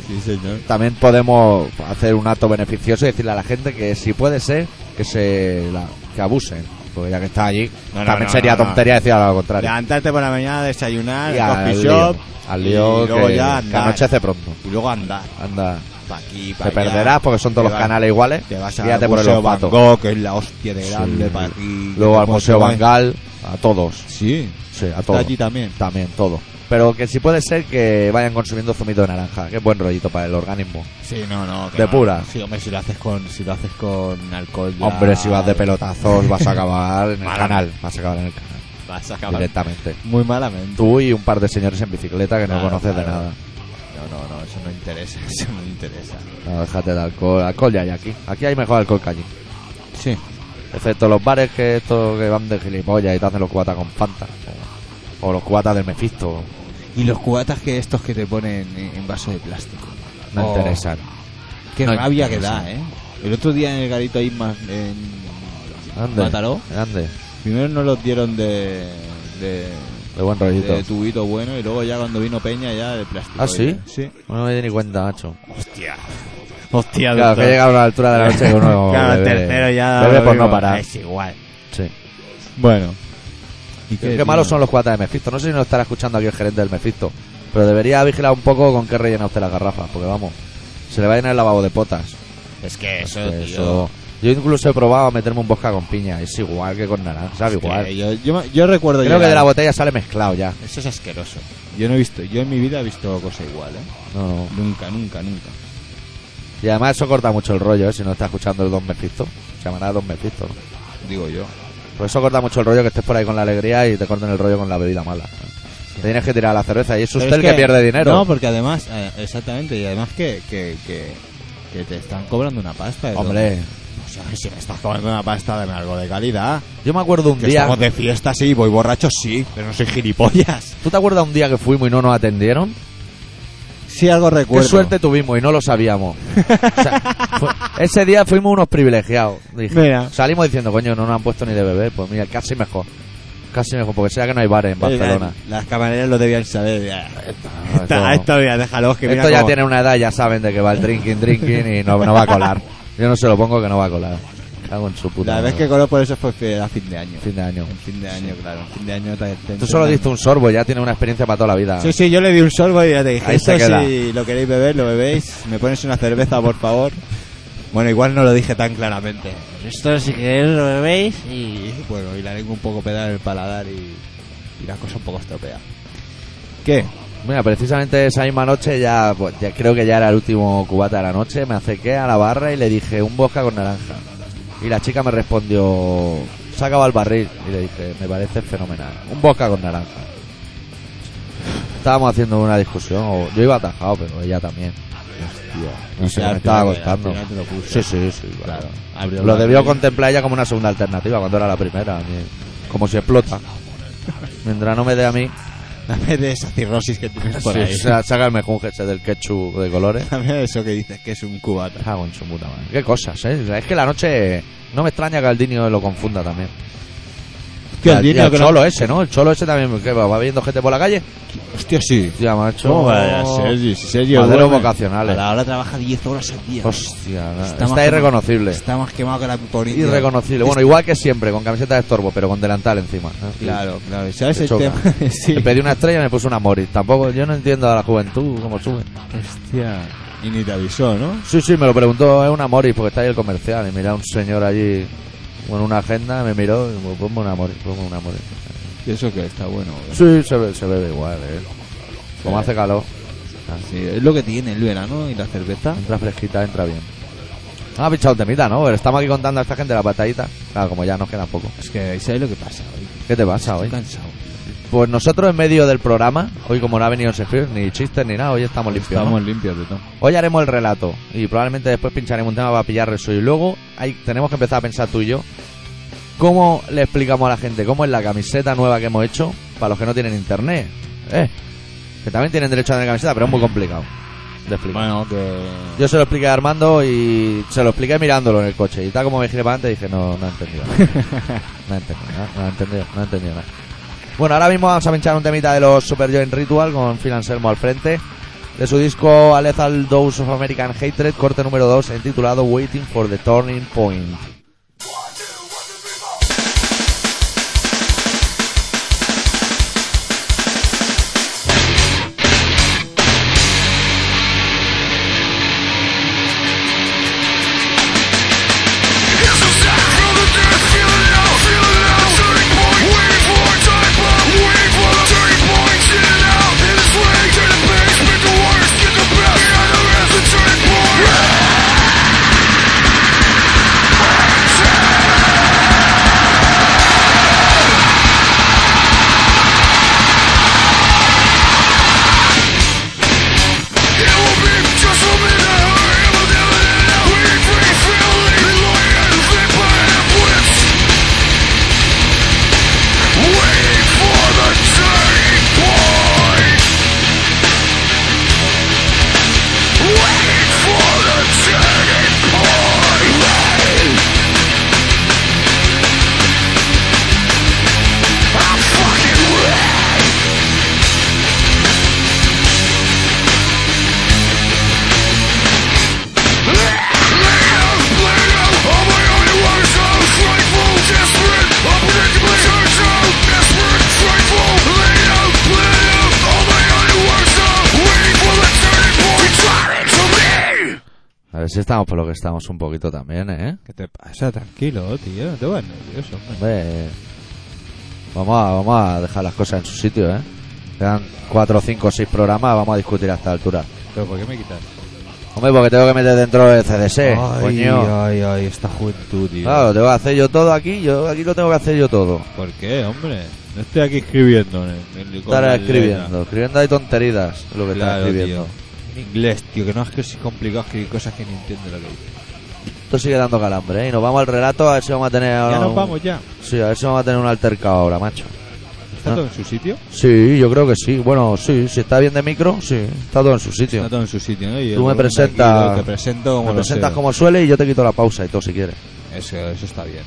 Speaker 2: Sí, señor.
Speaker 1: También podemos hacer un acto beneficioso y decirle a la gente que si puede ser, que se la- que abusen. Porque ya que está allí,
Speaker 2: No, no,
Speaker 1: también
Speaker 2: no,
Speaker 1: sería
Speaker 2: no, no.
Speaker 1: tontería decir algo contrario.
Speaker 2: Levantarte por la mañana, desayunar,
Speaker 1: Y
Speaker 2: coffee
Speaker 1: al
Speaker 2: shop.
Speaker 1: lío, al lío
Speaker 2: y luego
Speaker 1: que,
Speaker 2: ya
Speaker 1: que
Speaker 2: andar.
Speaker 1: anochece pronto.
Speaker 2: Y luego andar.
Speaker 1: Anda,
Speaker 2: Pa' aquí, pa'
Speaker 1: te
Speaker 2: allá.
Speaker 1: perderás porque son todos
Speaker 2: Te
Speaker 1: los
Speaker 2: vas-
Speaker 1: canales iguales.
Speaker 2: Te vas
Speaker 1: Guíate
Speaker 2: al
Speaker 1: por el
Speaker 2: Museo Van
Speaker 1: olfato.
Speaker 2: Gogh, que es la hostia de grande,
Speaker 1: Sí.
Speaker 2: pa' aquí.
Speaker 1: Luego al
Speaker 2: Pues
Speaker 1: Museo
Speaker 2: te vas-
Speaker 1: Bangal, a todos.
Speaker 2: Sí,
Speaker 1: Sí, a
Speaker 2: está
Speaker 1: todos.
Speaker 2: allí también.
Speaker 1: También, todo. Pero que si puede ser que vayan consumiendo zumito de naranja, que es buen rollito para el organismo.
Speaker 2: Sí, no, no. que
Speaker 1: De
Speaker 2: va.
Speaker 1: pura.
Speaker 2: Sí, hombre, si lo haces con, si lo haces con alcohol. ya-
Speaker 1: Hombre, si vas de pelotazos vas a acabar en el
Speaker 2: Mal.
Speaker 1: canal, vas a acabar en el canal
Speaker 2: Vas a acabar
Speaker 1: directamente.
Speaker 2: muy malamente.
Speaker 1: Tú y un par de señores en bicicleta que no
Speaker 2: Claro,
Speaker 1: conoces de
Speaker 2: claro.
Speaker 1: nada.
Speaker 2: No, no, no, eso no interesa. Eso no interesa.
Speaker 1: No, déjate de alcohol. Alcohol ya hay aquí. Aquí hay mejor alcohol que allí.
Speaker 2: Sí.
Speaker 1: Excepto los bares que estos que van de gilipollas y te hacen los cubatas con Fanta. O los cubatas del Mefisto
Speaker 2: Y los cubatas que estos que te ponen en en vaso de plástico.
Speaker 1: No
Speaker 2: Oh,
Speaker 1: interesan.
Speaker 2: Qué
Speaker 1: No
Speaker 2: rabia que
Speaker 1: interesa.
Speaker 2: da, ¿eh? El otro día en el garito ahí más en
Speaker 1: Ande,
Speaker 2: Mataró.
Speaker 1: ande.
Speaker 2: Primero nos los dieron de de,
Speaker 1: De buen rollito.
Speaker 2: de tubito bueno y luego ya cuando vino Peña ya de plástico.
Speaker 1: ¿Ah, sí?
Speaker 2: Sí.
Speaker 1: No me di ni cuenta, macho.
Speaker 2: Hostia. Hostia,
Speaker 1: Claro, que llega a la altura de la noche que uno.
Speaker 2: Claro, el
Speaker 1: bebe-
Speaker 2: tercero ya.
Speaker 1: Bebe
Speaker 2: lo
Speaker 1: por
Speaker 2: digo,
Speaker 1: no parar.
Speaker 2: Es igual.
Speaker 1: Sí.
Speaker 2: Bueno. ¿Y
Speaker 1: Qué,
Speaker 2: tío?
Speaker 1: malos son los cuatas de Mefisto. No sé si nos estará escuchando aquí el gerente del Mefisto. Pero debería vigilar un poco con qué rellena usted las garrafas. Porque vamos, se le va a llenar el lavabo de potas.
Speaker 2: Es que eso,
Speaker 1: Que
Speaker 2: tío.
Speaker 1: eso- Yo incluso he probado a meterme un bosca con piña. Es igual que con naranja, sabe
Speaker 2: Es que
Speaker 1: igual.
Speaker 2: Yo, yo, me- yo recuerdo
Speaker 1: Creo que
Speaker 2: llegar-
Speaker 1: de la botella sale mezclado ya.
Speaker 2: Eso es asqueroso. Yo no he visto, yo en mi vida he visto cosa igual, ¿eh?
Speaker 1: No, no.
Speaker 2: Nunca, nunca, nunca.
Speaker 1: Y además eso corta mucho el rollo, ¿eh? si no está escuchando el Don Mefisto. Se llamará Don Mefisto. ¿no?
Speaker 2: Digo yo.
Speaker 1: Pues eso corta mucho el rollo que estés por ahí con la alegría y te corten el rollo con la bebida mala. Te tienes que tirar la cerveza y es usted
Speaker 2: Pero
Speaker 1: el
Speaker 2: es
Speaker 1: que, pierde dinero.
Speaker 2: No, porque además, eh, exactamente, y además que, que, que, que te están cobrando una pasta. de
Speaker 1: Hombre,
Speaker 2: todo. O sea, si me estás cobrando una pasta, dame algo de calidad.
Speaker 1: yo me acuerdo un
Speaker 2: Que
Speaker 1: día.
Speaker 2: estamos de fiesta, sí, voy borracho, sí, pero no soy gilipollas.
Speaker 1: ¿Tú te acuerdas un día que fuimos y no nos atendieron?
Speaker 2: Sí, algo recuerdo.
Speaker 1: Qué suerte tuvimos y no lo sabíamos. O sea, fue- ese día fuimos unos privilegiados. dije.
Speaker 2: Mira.
Speaker 1: Salimos diciendo, coño, no nos han puesto ni de beber. Pues mira, casi mejor. Casi mejor, porque sea que no hay bares en Barcelona.
Speaker 2: Las camareras lo debían saber. ya.
Speaker 1: esto-
Speaker 2: Esta, esto ya, déjalos que mira
Speaker 1: Esto ya
Speaker 2: cómo-
Speaker 1: tiene una edad, ya saben de que va el drinking, drinking y no, no va a colar. Yo no se lo pongo que no va a colar. Cago en su puta.
Speaker 2: La vez que
Speaker 1: madre.
Speaker 2: coló por eso fue fe- a fin de año.
Speaker 1: Fin de año.
Speaker 2: En fin de año, claro. En fin de año
Speaker 1: Tú solo diste un sorbo, ya tiene una experiencia para toda la vida.
Speaker 2: Sí, sí, yo le di un sorbo y ya te dije,
Speaker 1: Ahí se
Speaker 2: esto
Speaker 1: queda.
Speaker 2: si lo queréis beber, lo bebéis, me pones una cerveza, por favor. Bueno, igual no lo dije tan claramente. Esto si queréis lo bebéis y... Bueno, y la lengua un poco peda en el paladar y, y la cosa un poco estropea. ¿Qué?
Speaker 1: Mira, precisamente esa misma noche ya, pues, ya creo que ya era el último cubata de la noche, me acerqué a la barra y le dije un vodka con naranja. Y la chica me respondió, sacaba el barril. Y le dije, me parece fenomenal. Un vodka con naranja. Estábamos haciendo una discusión, o- yo iba atajado, pero ella también. No sé,
Speaker 2: Ya,
Speaker 1: me estaba
Speaker 2: al final-
Speaker 1: costando.
Speaker 2: al final te lo puso.
Speaker 1: Sí, sí, sí, claro.
Speaker 2: Claro. Abrió
Speaker 1: Lo
Speaker 2: la
Speaker 1: debió
Speaker 2: botella.
Speaker 1: contemplar ella como una segunda alternativa cuando era la primera. a mí. Como si explota. Mientras no me dé a mí.
Speaker 2: Dame de esa cirrosis que tienes por
Speaker 1: Sí,
Speaker 2: ahí.
Speaker 1: o sea, saca el mejunje del ketchup de colores.
Speaker 2: Dame de eso que dices que es un cubata.
Speaker 1: Cago en su puta madre. Qué cosas, ¿eh? O sea, es que la noche... No me extraña que Aldinio lo confunda también.
Speaker 2: Hostia,
Speaker 1: Y al-
Speaker 2: el
Speaker 1: y
Speaker 2: dinero
Speaker 1: al
Speaker 2: que no-
Speaker 1: cholo ese, ¿no? El cholo ese también que va, va viendo gente por la calle.
Speaker 2: Hostia, sí.
Speaker 1: Hostia, macho.
Speaker 2: ¿Cómo va a ser? Si Sergio
Speaker 1: Maderos
Speaker 2: duerme.
Speaker 1: vocacionales.
Speaker 2: A la hora trabaja 10 horas al día.
Speaker 1: Hostia, na-
Speaker 2: Está
Speaker 1: está,
Speaker 2: más que-
Speaker 1: irreconocible.
Speaker 2: Está más quemado que la piporilla.
Speaker 1: Irreconocible. Bueno, igual que siempre, con camiseta de estorbo, pero con delantal encima.
Speaker 2: Claro, claro. ¿Y ¿Sabes
Speaker 1: Te
Speaker 2: el
Speaker 1: choca.
Speaker 2: tema? sí.
Speaker 1: Le pedí una estrella y me puso una Moritz. Tampoco, yo no entiendo a la juventud cómo sube.
Speaker 2: Hostia. Y ni te avisó, ¿no?
Speaker 1: Sí, sí, me lo preguntó, es una Moris, porque está ahí el comercial. Y mira un señor allí con una agenda, me miró y me dijo, ponme una Moris, ponme una Moris.
Speaker 2: Y eso que está bueno.
Speaker 1: Sí, se, be- se bebe igual, eh. Como hace calor,
Speaker 2: Sí, es lo que tiene el verano y la cerveza.
Speaker 1: entra fresquita, entra bien. Ah, pichado un temita, ¿no? Pero estamos aquí contando a esta gente la patadita. Claro, como ya nos queda poco.
Speaker 2: Es que, ¿sabes lo que pasa hoy?
Speaker 1: ¿Qué te pasa
Speaker 2: Estoy
Speaker 1: hoy?
Speaker 2: cansado.
Speaker 1: Pues nosotros en medio del programa, hoy como no ha venido Sheffield, ni chistes ni nada, hoy estamos limpios. ¿no?
Speaker 2: Estamos limpios de todo.
Speaker 1: Hoy haremos el relato y probablemente después pincharemos un tema para pillar eso. Y luego hay, tenemos que empezar a pensar tú y yo cómo le explicamos a la gente cómo es la camiseta nueva que hemos hecho para los que no tienen internet. Eh, que también tienen derecho a tener camiseta, pero es muy complicado de explicar.
Speaker 2: Bueno, que...
Speaker 1: Yo se lo expliqué a Armando y se lo expliqué mirándolo en el coche. Y tal como me giré para adelante dije, no, no he entendido nada. No he entendido nada, no he entendido, no he entendido nada. Bueno, ahora mismo vamos a pinchar un temita de los Super Joint Ritual con Phil Anselmo al frente. De su disco A Lethal Dose of American Hatred, corte número 2, intitulado Waiting for the Turning Point.
Speaker 4: Turning point, waiting for a time bomb, waiting for a turning point, in and out.
Speaker 1: si estamos por lo que estamos un poquito también, ¿eh?
Speaker 2: ¿Qué te pasa? Tranquilo, tío. No te vas nervioso, hombre.
Speaker 1: Hombre, eh, vamos a, vamos a dejar las cosas en su sitio, ¿eh? Quedan cuatro, cinco, seis programas, vamos a discutir a esta altura.
Speaker 2: ¿Pero por qué me quitas?
Speaker 1: Hombre, porque tengo que meter dentro del CDC,
Speaker 2: ay,
Speaker 1: coño.
Speaker 2: ay, ay, esta juventud, tío.
Speaker 1: Claro, tengo que hacer yo todo aquí, yo aquí lo tengo que hacer yo todo.
Speaker 2: ¿Por qué, hombre? No estoy aquí escribiendo. en el- en el- con
Speaker 1: Estar
Speaker 2: la
Speaker 1: escribiendo, escribiendo hay tonterías, es lo que
Speaker 2: letra. Claro,
Speaker 1: estás escribiendo.
Speaker 2: tío. En inglés, tío, que no es que es complicado escribir cosas que no entiendo lo que dice.
Speaker 1: Esto sigue dando calambre, ¿eh? Y nos vamos al relato, a ver si vamos a tener ahora
Speaker 2: Ya nos
Speaker 1: un-
Speaker 2: vamos, ya.
Speaker 1: Sí, a ver si vamos a tener un altercado ahora, macho.
Speaker 2: ¿Está
Speaker 1: Ah.
Speaker 2: todo en su sitio?
Speaker 1: Sí, yo creo que sí. Bueno, sí, si está bien de micro, sí, está todo en su sitio.
Speaker 2: Está todo en su sitio, ¿no? Y
Speaker 1: Tú me
Speaker 2: yo creo que aquí
Speaker 1: presentas-
Speaker 2: Te presento como
Speaker 1: Me
Speaker 2: lo
Speaker 1: presentas
Speaker 2: sé.
Speaker 1: como suele y yo te quito la pausa y todo si quieres.
Speaker 2: Eso, eso está bien.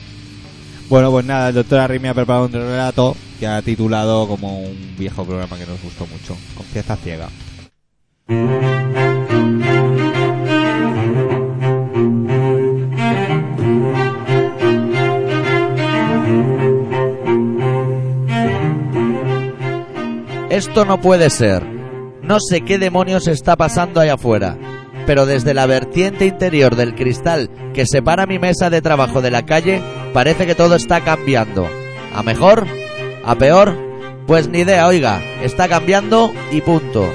Speaker 2: Bueno, pues nada, el doctor Arrimia ha preparado un relato que ha titulado como un viejo programa que nos gustó mucho, Confianza Ciega.
Speaker 1: Esto no puede ser. No sé qué demonios está pasando ahí afuera, pero desde la vertiente interior del cristal que separa mi mesa de trabajo de la calle, parece que todo está cambiando. ¿A mejor? ¿A peor? Pues ni idea, oiga, está cambiando y punto.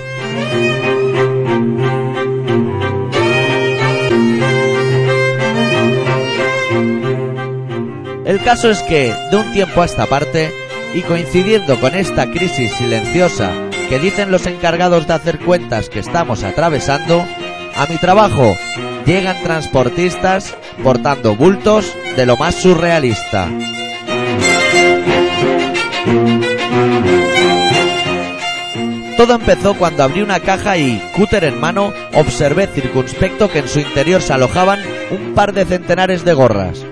Speaker 1: El caso es que, de un tiempo a esta parte, y coincidiendo con esta crisis silenciosa que dicen los encargados de hacer cuentas que estamos atravesando, a mi trabajo llegan transportistas portando bultos de lo más surrealista. Todo empezó cuando abrí una caja y, cúter en mano, observé circunspecto que en su interior se alojaban un par de centenares de gorras.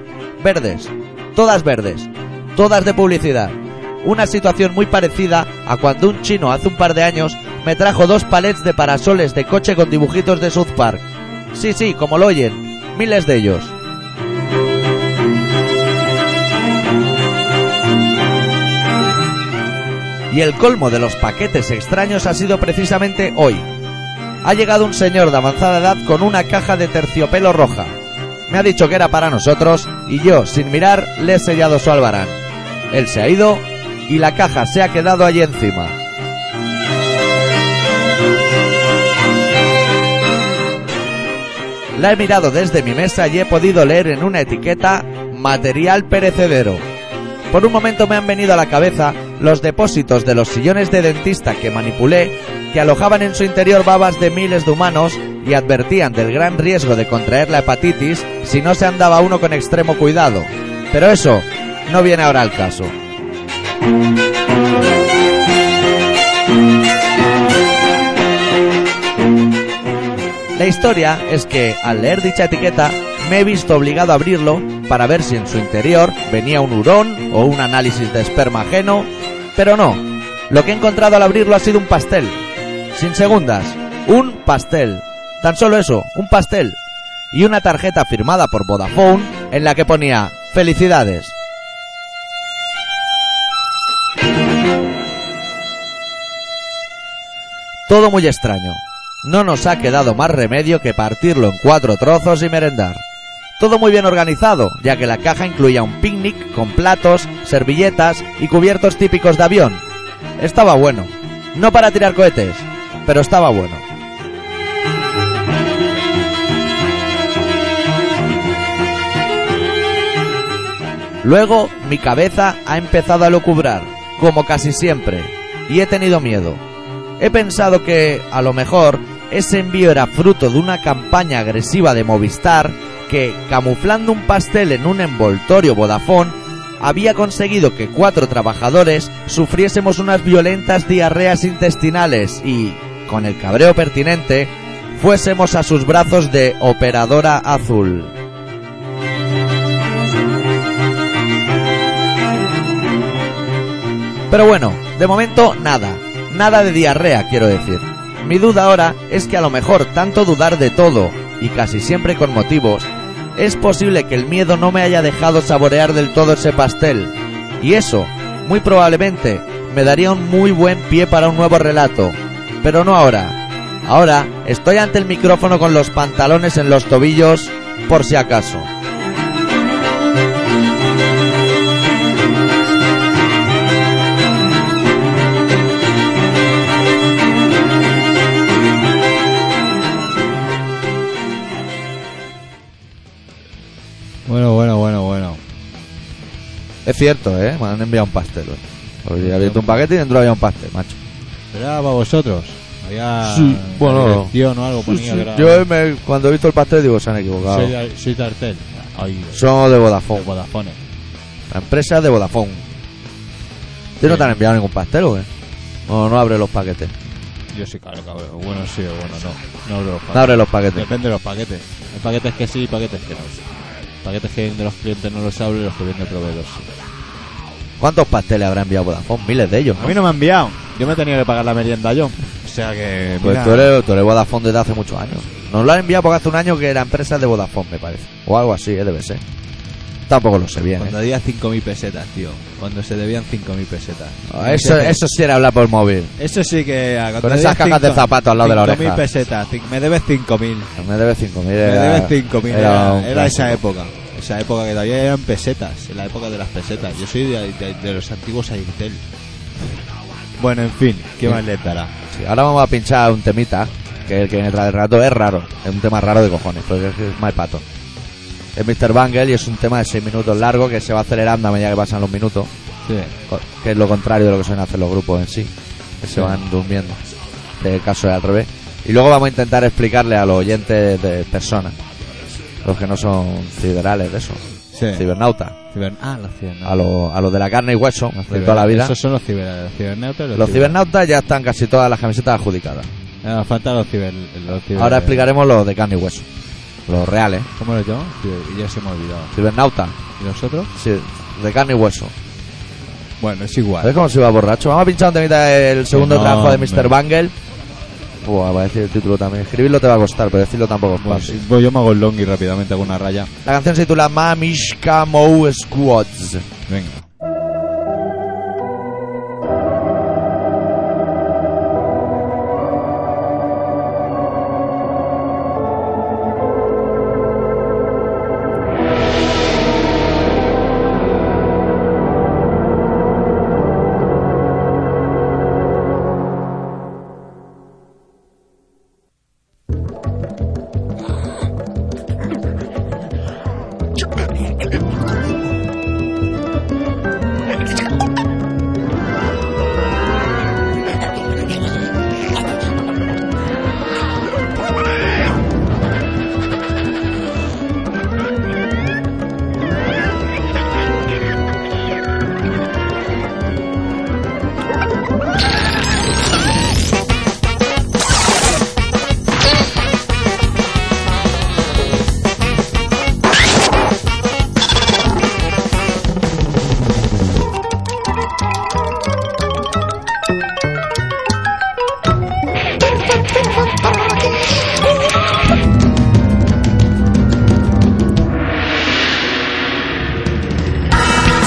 Speaker 1: Verdes, todas verdes, todas de publicidad. Una situación muy parecida a cuando un chino hace un par de años me trajo dos palets de parasoles de coche con dibujitos de South Park. Sí, sí, como lo oyen, miles de ellos. Y el colmo de los paquetes extraños ha sido precisamente hoy. Ha llegado un señor de avanzada edad con una caja de terciopelo roja. Me ha dicho que era para nosotros y yo, sin mirar, le he sellado su albarán. Él se ha ido y la caja se ha quedado allí encima. La he mirado desde mi mesa y he podido leer en una etiqueta material perecedero. Por un momento me han venido a la cabeza los depósitos de los sillones de dentista que manipulé, que alojaban en su interior babas de miles de humanos y advertían del gran riesgo de contraer la hepatitis si no se andaba uno con extremo cuidado. Pero eso no viene ahora al caso. La historia es que, al leer dicha etiqueta, me he visto obligado a abrirlo para ver si en su interior venía un hurón o un análisis de esperma ajeno, pero no. Lo que he encontrado al abrirlo ha sido un pastel. Sin segundas, un pastel. Tan solo eso, un pastel. Y una tarjeta firmada por Vodafone en la que ponía Felicidades. Todo muy extraño. No nos ha quedado más remedio que partirlo en cuatro trozos y merendar. Todo muy bien organizado, ya que la caja incluía un picnic con platos, servilletas y cubiertos típicos de avión. Estaba bueno. No para tirar cohetes, pero estaba bueno. Luego mi cabeza ha empezado a lucubrar, como casi siempre, y he tenido miedo. He pensado que, a lo mejor, ese envío era fruto de una campaña agresiva de Movistar que, camuflando un pastel en un envoltorio Vodafone, había conseguido que cuatro trabajadores sufriésemos unas violentas diarreas intestinales y, con el cabreo pertinente, fuésemos a sus brazos de operadora azul. Pero bueno, de momento nada. Nada de diarrea, quiero decir. Mi duda ahora es que a lo mejor tanto dudar de todo, y casi siempre con motivos, es posible que el miedo no me haya dejado saborear del todo ese pastel. Y eso, muy probablemente, me daría un muy buen pie para un nuevo relato. Pero no ahora. Ahora estoy ante el micrófono con los pantalones en los tobillos, por si acaso.
Speaker 2: Bueno, bueno, bueno, bueno.
Speaker 1: Es cierto, ¿eh? Me han enviado un pastel. hoy. Hoy he abierto un paquete y dentro había un pastel, macho.
Speaker 2: Pero para vosotros. Había
Speaker 1: Sí, bueno,
Speaker 2: la dirección o algo ponía que era-
Speaker 1: Yo me- cuando he visto el pastel digo, se han equivocado.
Speaker 2: soy, soy Tartel. Ay,
Speaker 1: Son de
Speaker 2: de
Speaker 1: Vodafone.
Speaker 2: Vodafone.
Speaker 1: La empresa de Vodafone. ¿Te no te han enviado ningún pastel o qué? No, no abre los paquetes.
Speaker 2: Yo sí, claro, cabrón. Bueno, sí o bueno, no. No abro los
Speaker 1: No
Speaker 2: paquetes.
Speaker 1: abre los paquetes.
Speaker 2: Depende de los paquetes. Hay paquetes que sí y paquetes que no. Paquetes que vienen de los clientes no los abro y los que vienen de proveedores sí.
Speaker 1: ¿Cuántos pasteles habrá enviado Vodafone? Miles de ellos. ¿no?
Speaker 2: A mí no me han enviado. Yo me he tenido que pagar la merienda yo. O sea que.
Speaker 1: Pues
Speaker 2: mira,
Speaker 1: tú eres, tú eres Vodafone desde hace muchos años. Nos lo han enviado porque hace un año que la empresa es de Vodafone, me parece. O algo así, ¿eh? debe ser. Tampoco lo sé bien. ¿eh?
Speaker 2: Cuando había 5.000 pesetas, tío. Cuando se debían 5.000 pesetas.
Speaker 1: Ah, Eso, eso sí era hablar por móvil.
Speaker 2: Eso sí que. ah, cuando
Speaker 1: Con esas
Speaker 2: debías
Speaker 1: cajas de
Speaker 2: cinco-
Speaker 1: zapatos al lado de la
Speaker 2: 5.000
Speaker 1: oreja.
Speaker 2: pesetas. Cin- Me debes 5.000.
Speaker 1: Me debes 5.000.
Speaker 2: Me
Speaker 1: era-
Speaker 2: debes 5.000. Era,
Speaker 1: un
Speaker 2: era esa
Speaker 1: clásico.
Speaker 2: época. Esa época que todavía eran pesetas. En la época de las pesetas. Yo soy de, de- de los antiguos Airtel. Bueno, en fin. ¿Qué más le dará?
Speaker 1: Sí, ahora vamos a pinchar un temita que el que viene tras el rato es raro. Es un tema raro de cojones, porque es, es mal pato. Es Mr. Bangle y es un tema de 6 minutos largo que se va acelerando a medida que pasan los minutos,
Speaker 2: Sí.
Speaker 1: co- que es lo contrario de lo que suelen hacer los grupos en sí, que se van durmiendo. Este caso es al revés. Y luego vamos a intentar explicarle a los oyentes de personas, los que no son ciberales de eso,
Speaker 2: Sí.
Speaker 1: cibernautas,
Speaker 2: Ciber- Ah, los cibernautas.
Speaker 1: a los, a los de la carne y hueso,
Speaker 2: Los
Speaker 1: de toda la
Speaker 2: ciber-
Speaker 1: vida.
Speaker 2: Esos son los ciber- los cibernautas. y
Speaker 1: Los cibernautas ya están casi todas las camisetas adjudicadas.
Speaker 2: Nada, nos faltan los ciber. Los ciber-
Speaker 1: Ahora explicaremos los de carne y hueso. ¿eh? Los reales.
Speaker 2: ¿Cómo los llamamos? Ciber- Ya se me ha olvidado.
Speaker 1: Cibernauta.
Speaker 2: ¿Y nosotros?
Speaker 1: Sí, de carne y hueso.
Speaker 2: Bueno, es igual.
Speaker 1: ¿Sabes cómo se iba borracho? Vamos a pinchar un temita del segundo
Speaker 2: no,
Speaker 1: trabajo de
Speaker 2: hombre.
Speaker 1: Mr. Bangle. Buah, va a decir el título también. Escribirlo te va a costar, pero decirlo tampoco es
Speaker 2: Bueno,
Speaker 1: fácil.
Speaker 2: sí, voy- Pues, yo me hago el long y rápidamente hago una raya.
Speaker 1: La canción se titula Mamishka Mou Squads.
Speaker 2: Venga.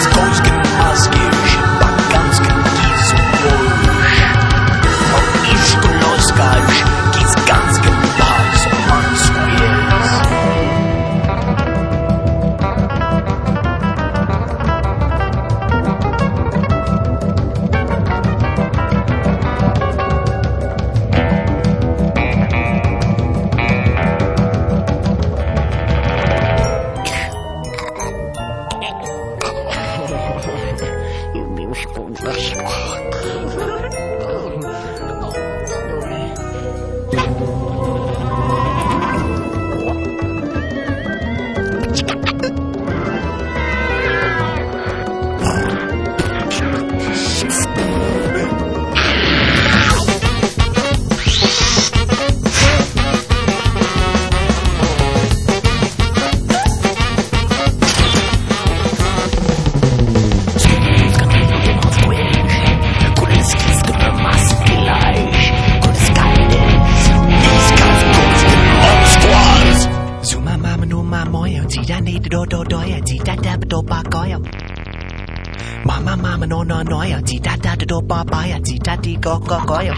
Speaker 4: z końskim paskiem się bakanski złożysz. Mam iż tu noskaż, kickanskim palcem mansku jest. Zuma mam numa moja, dzida ni do do doja, dzida dab do bakoja. Mama mama no no noja, dzida da do babaja, dzida di go go goja.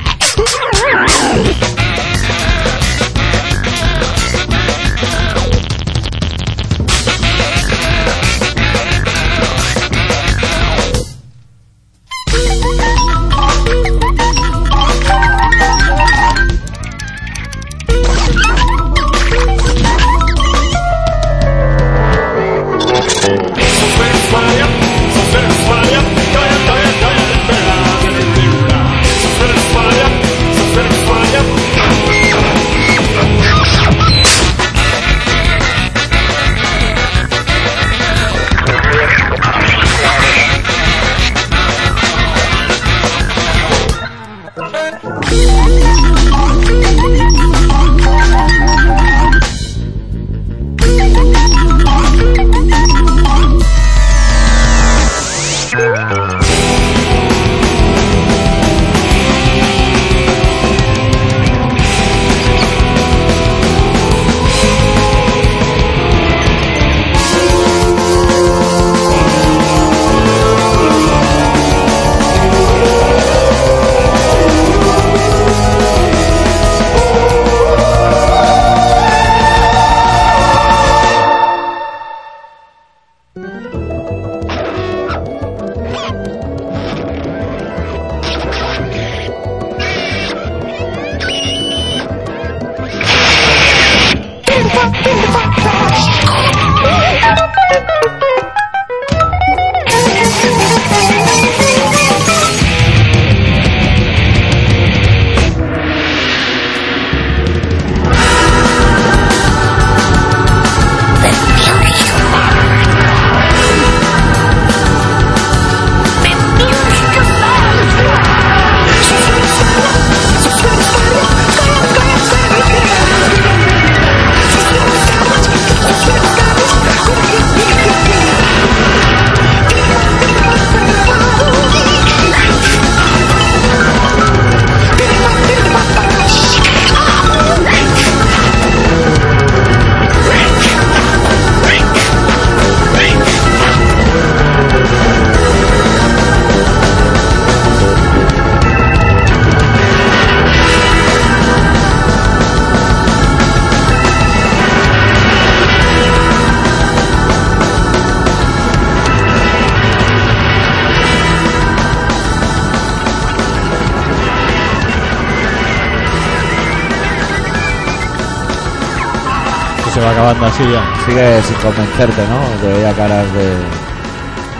Speaker 2: se va acabando así ya.
Speaker 1: Sigue sin convencerte, ¿no? Te veía caras de.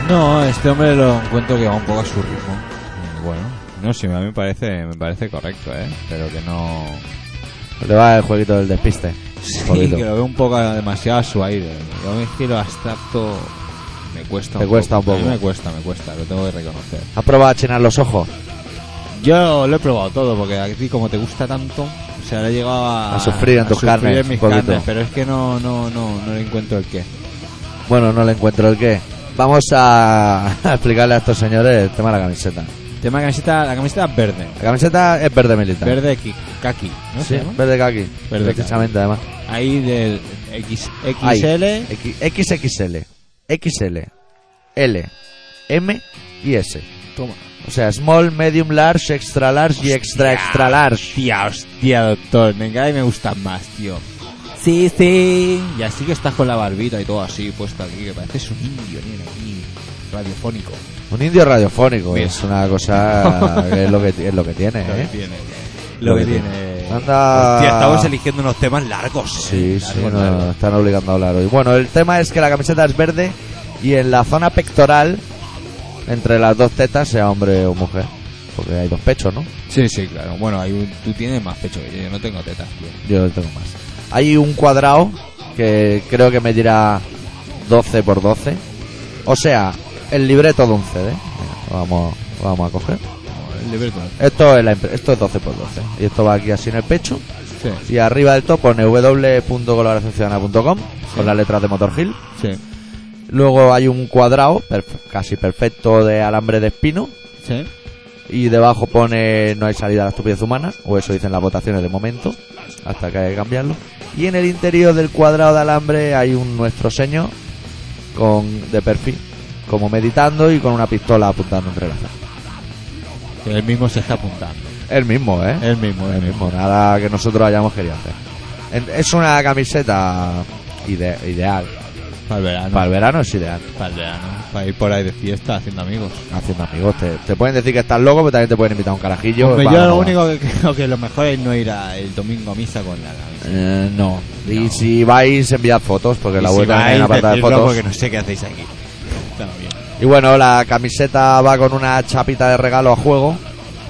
Speaker 2: No, este hombre lo encuentro que va un poco a su ritmo. Y Bueno, no sé, a mí me parece, me parece correcto, ¿eh? Pero que no...
Speaker 1: Te va el jueguito del despiste. Un
Speaker 2: Sí,
Speaker 1: poquito.
Speaker 2: que lo veo un poco demasiado a su aire. Yo me giro abstracto... Me cuesta
Speaker 1: Te
Speaker 2: un
Speaker 1: cuesta
Speaker 2: poco.
Speaker 1: un poco.
Speaker 2: A mí Me cuesta, me cuesta, lo tengo que reconocer.
Speaker 1: ¿Has probado a llenar los ojos?
Speaker 2: Yo lo he probado todo, porque a ti como te gusta tanto, o sea, le he llegado a...
Speaker 1: A sufrir en tus
Speaker 2: sufrir
Speaker 1: carnes,
Speaker 2: en mis
Speaker 1: un poquito.
Speaker 2: carnes, pero es que no, no, no, no le encuentro el qué.
Speaker 1: Bueno, no le encuentro el qué. Vamos a, a explicarle a estos señores el tema de la camiseta.
Speaker 2: Tema de camiseta, la camiseta verde.
Speaker 1: La camiseta es verde militar.
Speaker 2: Verde ki- kaki, ¿no?
Speaker 1: Sí,
Speaker 2: se llama?
Speaker 1: verde kaki.
Speaker 2: Verde
Speaker 1: precisamente, además.
Speaker 2: Ahí del X,
Speaker 1: Hay
Speaker 2: XL.
Speaker 1: X- XXL, XL, L, M y S.
Speaker 2: Toma.
Speaker 1: O sea, small, medium, large, extra large y extra extra large.
Speaker 2: Hostia, hostia, doctor. Me encanta y me gustan más, tío. Sí, sí. Y así que estás con la barbita y todo así puesto aquí, que pareces un indio, nene, aquí, radiofónico.
Speaker 1: Un indio radiofónico
Speaker 2: Mira.
Speaker 1: es una cosa que es lo que, ti- es lo que tiene, ¿eh?
Speaker 2: tiene.
Speaker 1: Lo
Speaker 2: Lo
Speaker 1: que
Speaker 2: que
Speaker 1: tiene.
Speaker 2: tiene.
Speaker 1: Anda.
Speaker 2: Hostia, estamos eligiendo unos temas largos.
Speaker 1: Sí,
Speaker 2: eh,
Speaker 1: sí,
Speaker 2: largos,
Speaker 1: no,
Speaker 2: largos.
Speaker 1: están obligando a hablar hoy. Bueno, el tema es que la camiseta es verde y en la zona pectoral, entre las dos tetas, sea hombre o mujer. Porque hay dos pechos, ¿no?
Speaker 2: Sí, sí, claro. Bueno, hay un- tú tienes más pecho que yo. Yo no tengo tetas, tío.
Speaker 1: Yo tengo más. Hay un cuadrado que creo que medirá 12 por 12. O sea, el libreto de un CD. Mira, vamos, vamos a coger.
Speaker 2: El de verdad.
Speaker 1: Esto es, la impre- esto es 12 por 12. Y esto va aquí así en el pecho.
Speaker 2: Sí,
Speaker 1: Y arriba del top pone www.colaboracionciudadana.com con las letras de Motor Hill.
Speaker 2: sí,
Speaker 1: Luego hay un cuadrado perf- casi perfecto de alambre de espino.
Speaker 2: sí.
Speaker 1: Y debajo pone no hay salida a la estupidez humana, o eso dicen las votaciones de momento, hasta que hay que cambiarlo. Y en el interior del cuadrado de alambre hay un nuestro señor con de perfil, como meditando y con una pistola apuntando entre las manos.
Speaker 2: El mismo se está apuntando.
Speaker 1: El mismo, ¿eh?
Speaker 2: El mismo, el
Speaker 1: El
Speaker 2: mismo.
Speaker 1: mismo, nada que nosotros hayamos querido hacer. En- Es una camiseta ide- ideal.
Speaker 2: Para el verano.
Speaker 1: Para el verano es ideal.
Speaker 2: Para el verano. Para ir por ahí de fiesta haciendo amigos.
Speaker 1: Haciendo amigos, te, te pueden decir que estás loco, pero también te pueden invitar a un carajillo.
Speaker 2: Hombre,
Speaker 1: para
Speaker 2: yo
Speaker 1: la
Speaker 2: lo
Speaker 1: boda.
Speaker 2: único que creo que lo mejor es no ir a el domingo a misa con la camisa.
Speaker 1: Eh, no. Y
Speaker 2: No.
Speaker 1: si vais, enviad fotos, porque la vuelta tiene la pata de
Speaker 2: decirlo
Speaker 1: fotos.
Speaker 2: porque no sé qué hacéis aquí. Está bien.
Speaker 1: Y bueno, la camiseta va con una chapita de regalo a juego,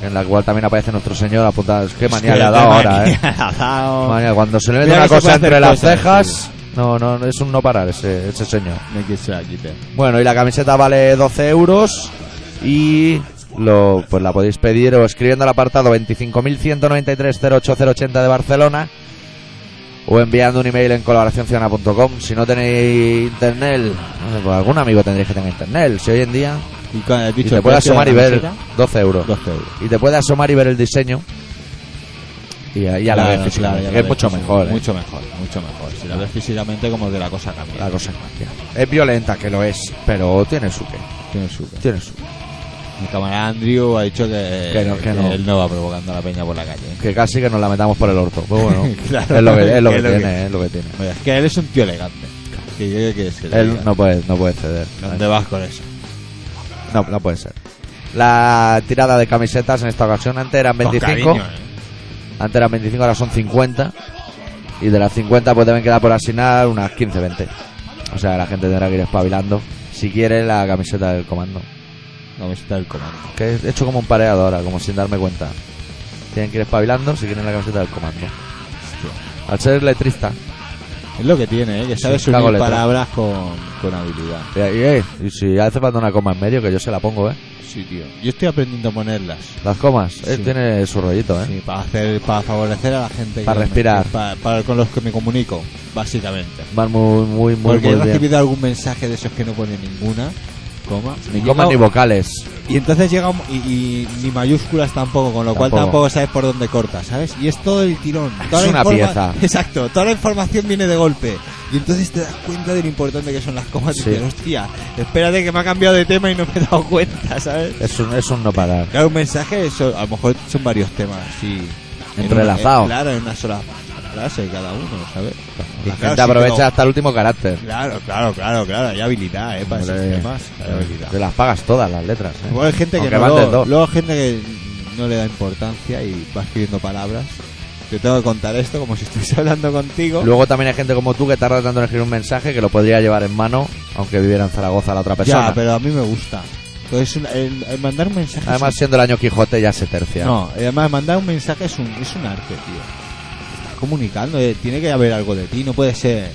Speaker 1: en la cual también aparece nuestro señor apuntado. Es que manía le ha dado ahora, eh.
Speaker 2: Manía le ha dado.
Speaker 1: Manía, cuando se le mete
Speaker 2: Mira
Speaker 1: una
Speaker 2: que se
Speaker 1: cosa
Speaker 2: puede hacer
Speaker 1: entre las
Speaker 2: cosas,
Speaker 1: cejas, no, no, no, es un no parar ese, ese señor.
Speaker 2: Me quise la quitar.
Speaker 1: Bueno, y la camiseta vale 12 euros y lo, pues la podéis pedir o escribiendo al apartado 25.193.08080 de Barcelona o enviando un email en colaboracionciudadana.com. Si no tenéis internet, no sé, pues algún amigo tendréis que tener internet. Si hoy en día
Speaker 2: Y cuando has
Speaker 1: y
Speaker 2: dicho
Speaker 1: te
Speaker 2: el
Speaker 1: puede
Speaker 2: precio de
Speaker 1: asomar y
Speaker 2: la
Speaker 1: ver
Speaker 2: camiseta,
Speaker 1: 12 euros
Speaker 2: 12 euros.
Speaker 1: y te puede asomar y ver el diseño y, a- y a la vez
Speaker 2: Claro,
Speaker 1: físicamente,
Speaker 2: claro, ya
Speaker 1: que
Speaker 2: lo
Speaker 1: es
Speaker 2: ves
Speaker 1: mucho
Speaker 2: físicamente.
Speaker 1: mejor. ¿eh?
Speaker 2: Mucho mejor, mucho mejor. Si la ves físicamente, como que la cosa cambia.
Speaker 1: La cosa es más, tía. Es violenta, que lo es, pero tiene su qué.
Speaker 2: Tiene su qué.
Speaker 1: Tiene su qué.
Speaker 2: Mi camarada Andrew ha dicho que,
Speaker 1: Que no, que no.
Speaker 2: él no va provocando a la peña por la calle.
Speaker 1: que casi que nos la metamos por el orto. Pero bueno,
Speaker 2: Claro.
Speaker 1: es lo que, es lo que
Speaker 2: Es lo
Speaker 1: tiene,
Speaker 2: que-
Speaker 1: es lo que tiene.
Speaker 2: Oye, es que él es un tío elegante. Que yo, ¿qué quieres que te
Speaker 1: Él
Speaker 2: diga?
Speaker 1: no puede, no puede ceder.
Speaker 2: ¿Dónde vas con eso?
Speaker 1: No, no puede ser. La tirada de camisetas en esta ocasión antes eran 25,
Speaker 2: Con cariño, ¿eh?
Speaker 1: antes eran 25, ahora son 50. Y de las 50 pues deben quedar por asignar unas 15, 20. O sea, la gente tendrá que ir espabilando. Si quiere la camiseta del comando.
Speaker 2: No me está el comando.
Speaker 1: Que he hecho como un pareado ahora, como sin darme cuenta. Tienen que ir espabilando si quieren la camiseta del comando. Al ser letrista.
Speaker 2: Es lo que tiene, ¿eh? que sabes
Speaker 1: Sí, cago
Speaker 2: unir
Speaker 1: letra.
Speaker 2: palabras con, con habilidad.
Speaker 1: Y, y- y si hace falta una coma en medio, que yo se la pongo, ¿eh?
Speaker 2: Sí, tío. Yo estoy aprendiendo a ponerlas.
Speaker 1: Las comas, eh,
Speaker 2: Sí.
Speaker 1: tiene su rollito, ¿eh?
Speaker 2: Sí, para hacer, para favorecer a la gente.
Speaker 1: Para
Speaker 2: que me-
Speaker 1: respirar.
Speaker 2: para, para con los que me comunico, básicamente.
Speaker 1: Van muy, muy, muy,
Speaker 2: Porque
Speaker 1: muy
Speaker 2: he
Speaker 1: bien.
Speaker 2: recibido algún mensaje de esos que no pone ninguna coma.
Speaker 1: Ni
Speaker 2: Llega-
Speaker 1: comas ni vocales.
Speaker 2: Y entonces llega un- y, y ni mayúsculas tampoco, con lo cual
Speaker 1: Tampoco.
Speaker 2: tampoco sabes por dónde cortas, ¿sabes? Y es todo el tirón. Toda la
Speaker 1: una
Speaker 2: informa-
Speaker 1: pieza.
Speaker 2: Exacto, toda la información viene de golpe. Y entonces te das cuenta de lo importante que son las comas
Speaker 1: Sí.
Speaker 2: y dices, hostia, espérate que me ha cambiado de tema y no me he dado cuenta, ¿sabes?
Speaker 1: Es un, es un no parar.
Speaker 2: Claro, un mensaje, eso, a lo mejor son varios temas, sí.
Speaker 1: Entrelazados.
Speaker 2: Claro, en una sola frase cada uno, ¿sabes?
Speaker 1: La
Speaker 2: Claro,
Speaker 1: gente
Speaker 2: sí,
Speaker 1: aprovecha
Speaker 2: pero-
Speaker 1: hasta el último carácter.
Speaker 2: Claro, claro, claro, claro, hay habilidad, ¿eh? Para esos
Speaker 1: Hombre, eh,
Speaker 2: temas, hay habilidad.
Speaker 1: Te las pagas todas las letras, ¿eh?
Speaker 2: Luego hay gente que
Speaker 1: Aunque
Speaker 2: no,
Speaker 1: mandes
Speaker 2: luego,
Speaker 1: dos.
Speaker 2: luego hay gente que no le da importancia y va escribiendo palabras Te tengo que contar esto como si estuviese hablando contigo.
Speaker 1: Luego también hay gente como tú que tarda tanto en escribir un mensaje que lo podría llevar en mano, aunque viviera en Zaragoza la otra persona.
Speaker 2: Ya, pero a mí me gusta. Entonces, un- el, el mandar un mensaje.
Speaker 1: Además,
Speaker 2: es
Speaker 1: siendo el año Quijote ya se
Speaker 2: un-
Speaker 1: tercia.
Speaker 2: no, y además, mandar un mensaje es un, es un arte, tío. Estás comunicando, eh, tiene que haber algo de ti, no puede ser.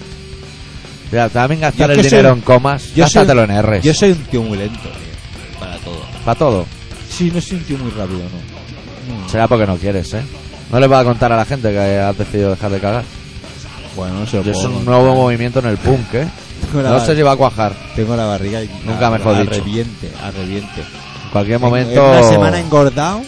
Speaker 1: Ya, también gastar
Speaker 2: Yo
Speaker 1: el
Speaker 2: que soy-
Speaker 1: dinero en comas,
Speaker 2: yo soy-
Speaker 1: gástatelo en R's.
Speaker 2: Yo soy un tío muy lento, tío, para todo.
Speaker 1: Para todo.
Speaker 2: Sí, no soy un tío muy rápido, no. No.
Speaker 1: Será porque no quieres, ¿eh? No le vas a contar a la gente que has decidido dejar de cagar.
Speaker 2: Bueno, no se lo
Speaker 1: Yo
Speaker 2: puedo
Speaker 1: es un
Speaker 2: contar.
Speaker 1: nuevo movimiento en el punk, ¿eh?
Speaker 2: Tengo la,
Speaker 1: No sé si va a cuajar.
Speaker 2: tengo la barriga y
Speaker 1: Nunca mejor dicho.
Speaker 2: Arreviente, arreviente.
Speaker 1: En cualquier
Speaker 2: Tengo-
Speaker 1: momento.
Speaker 2: Una semana engordado.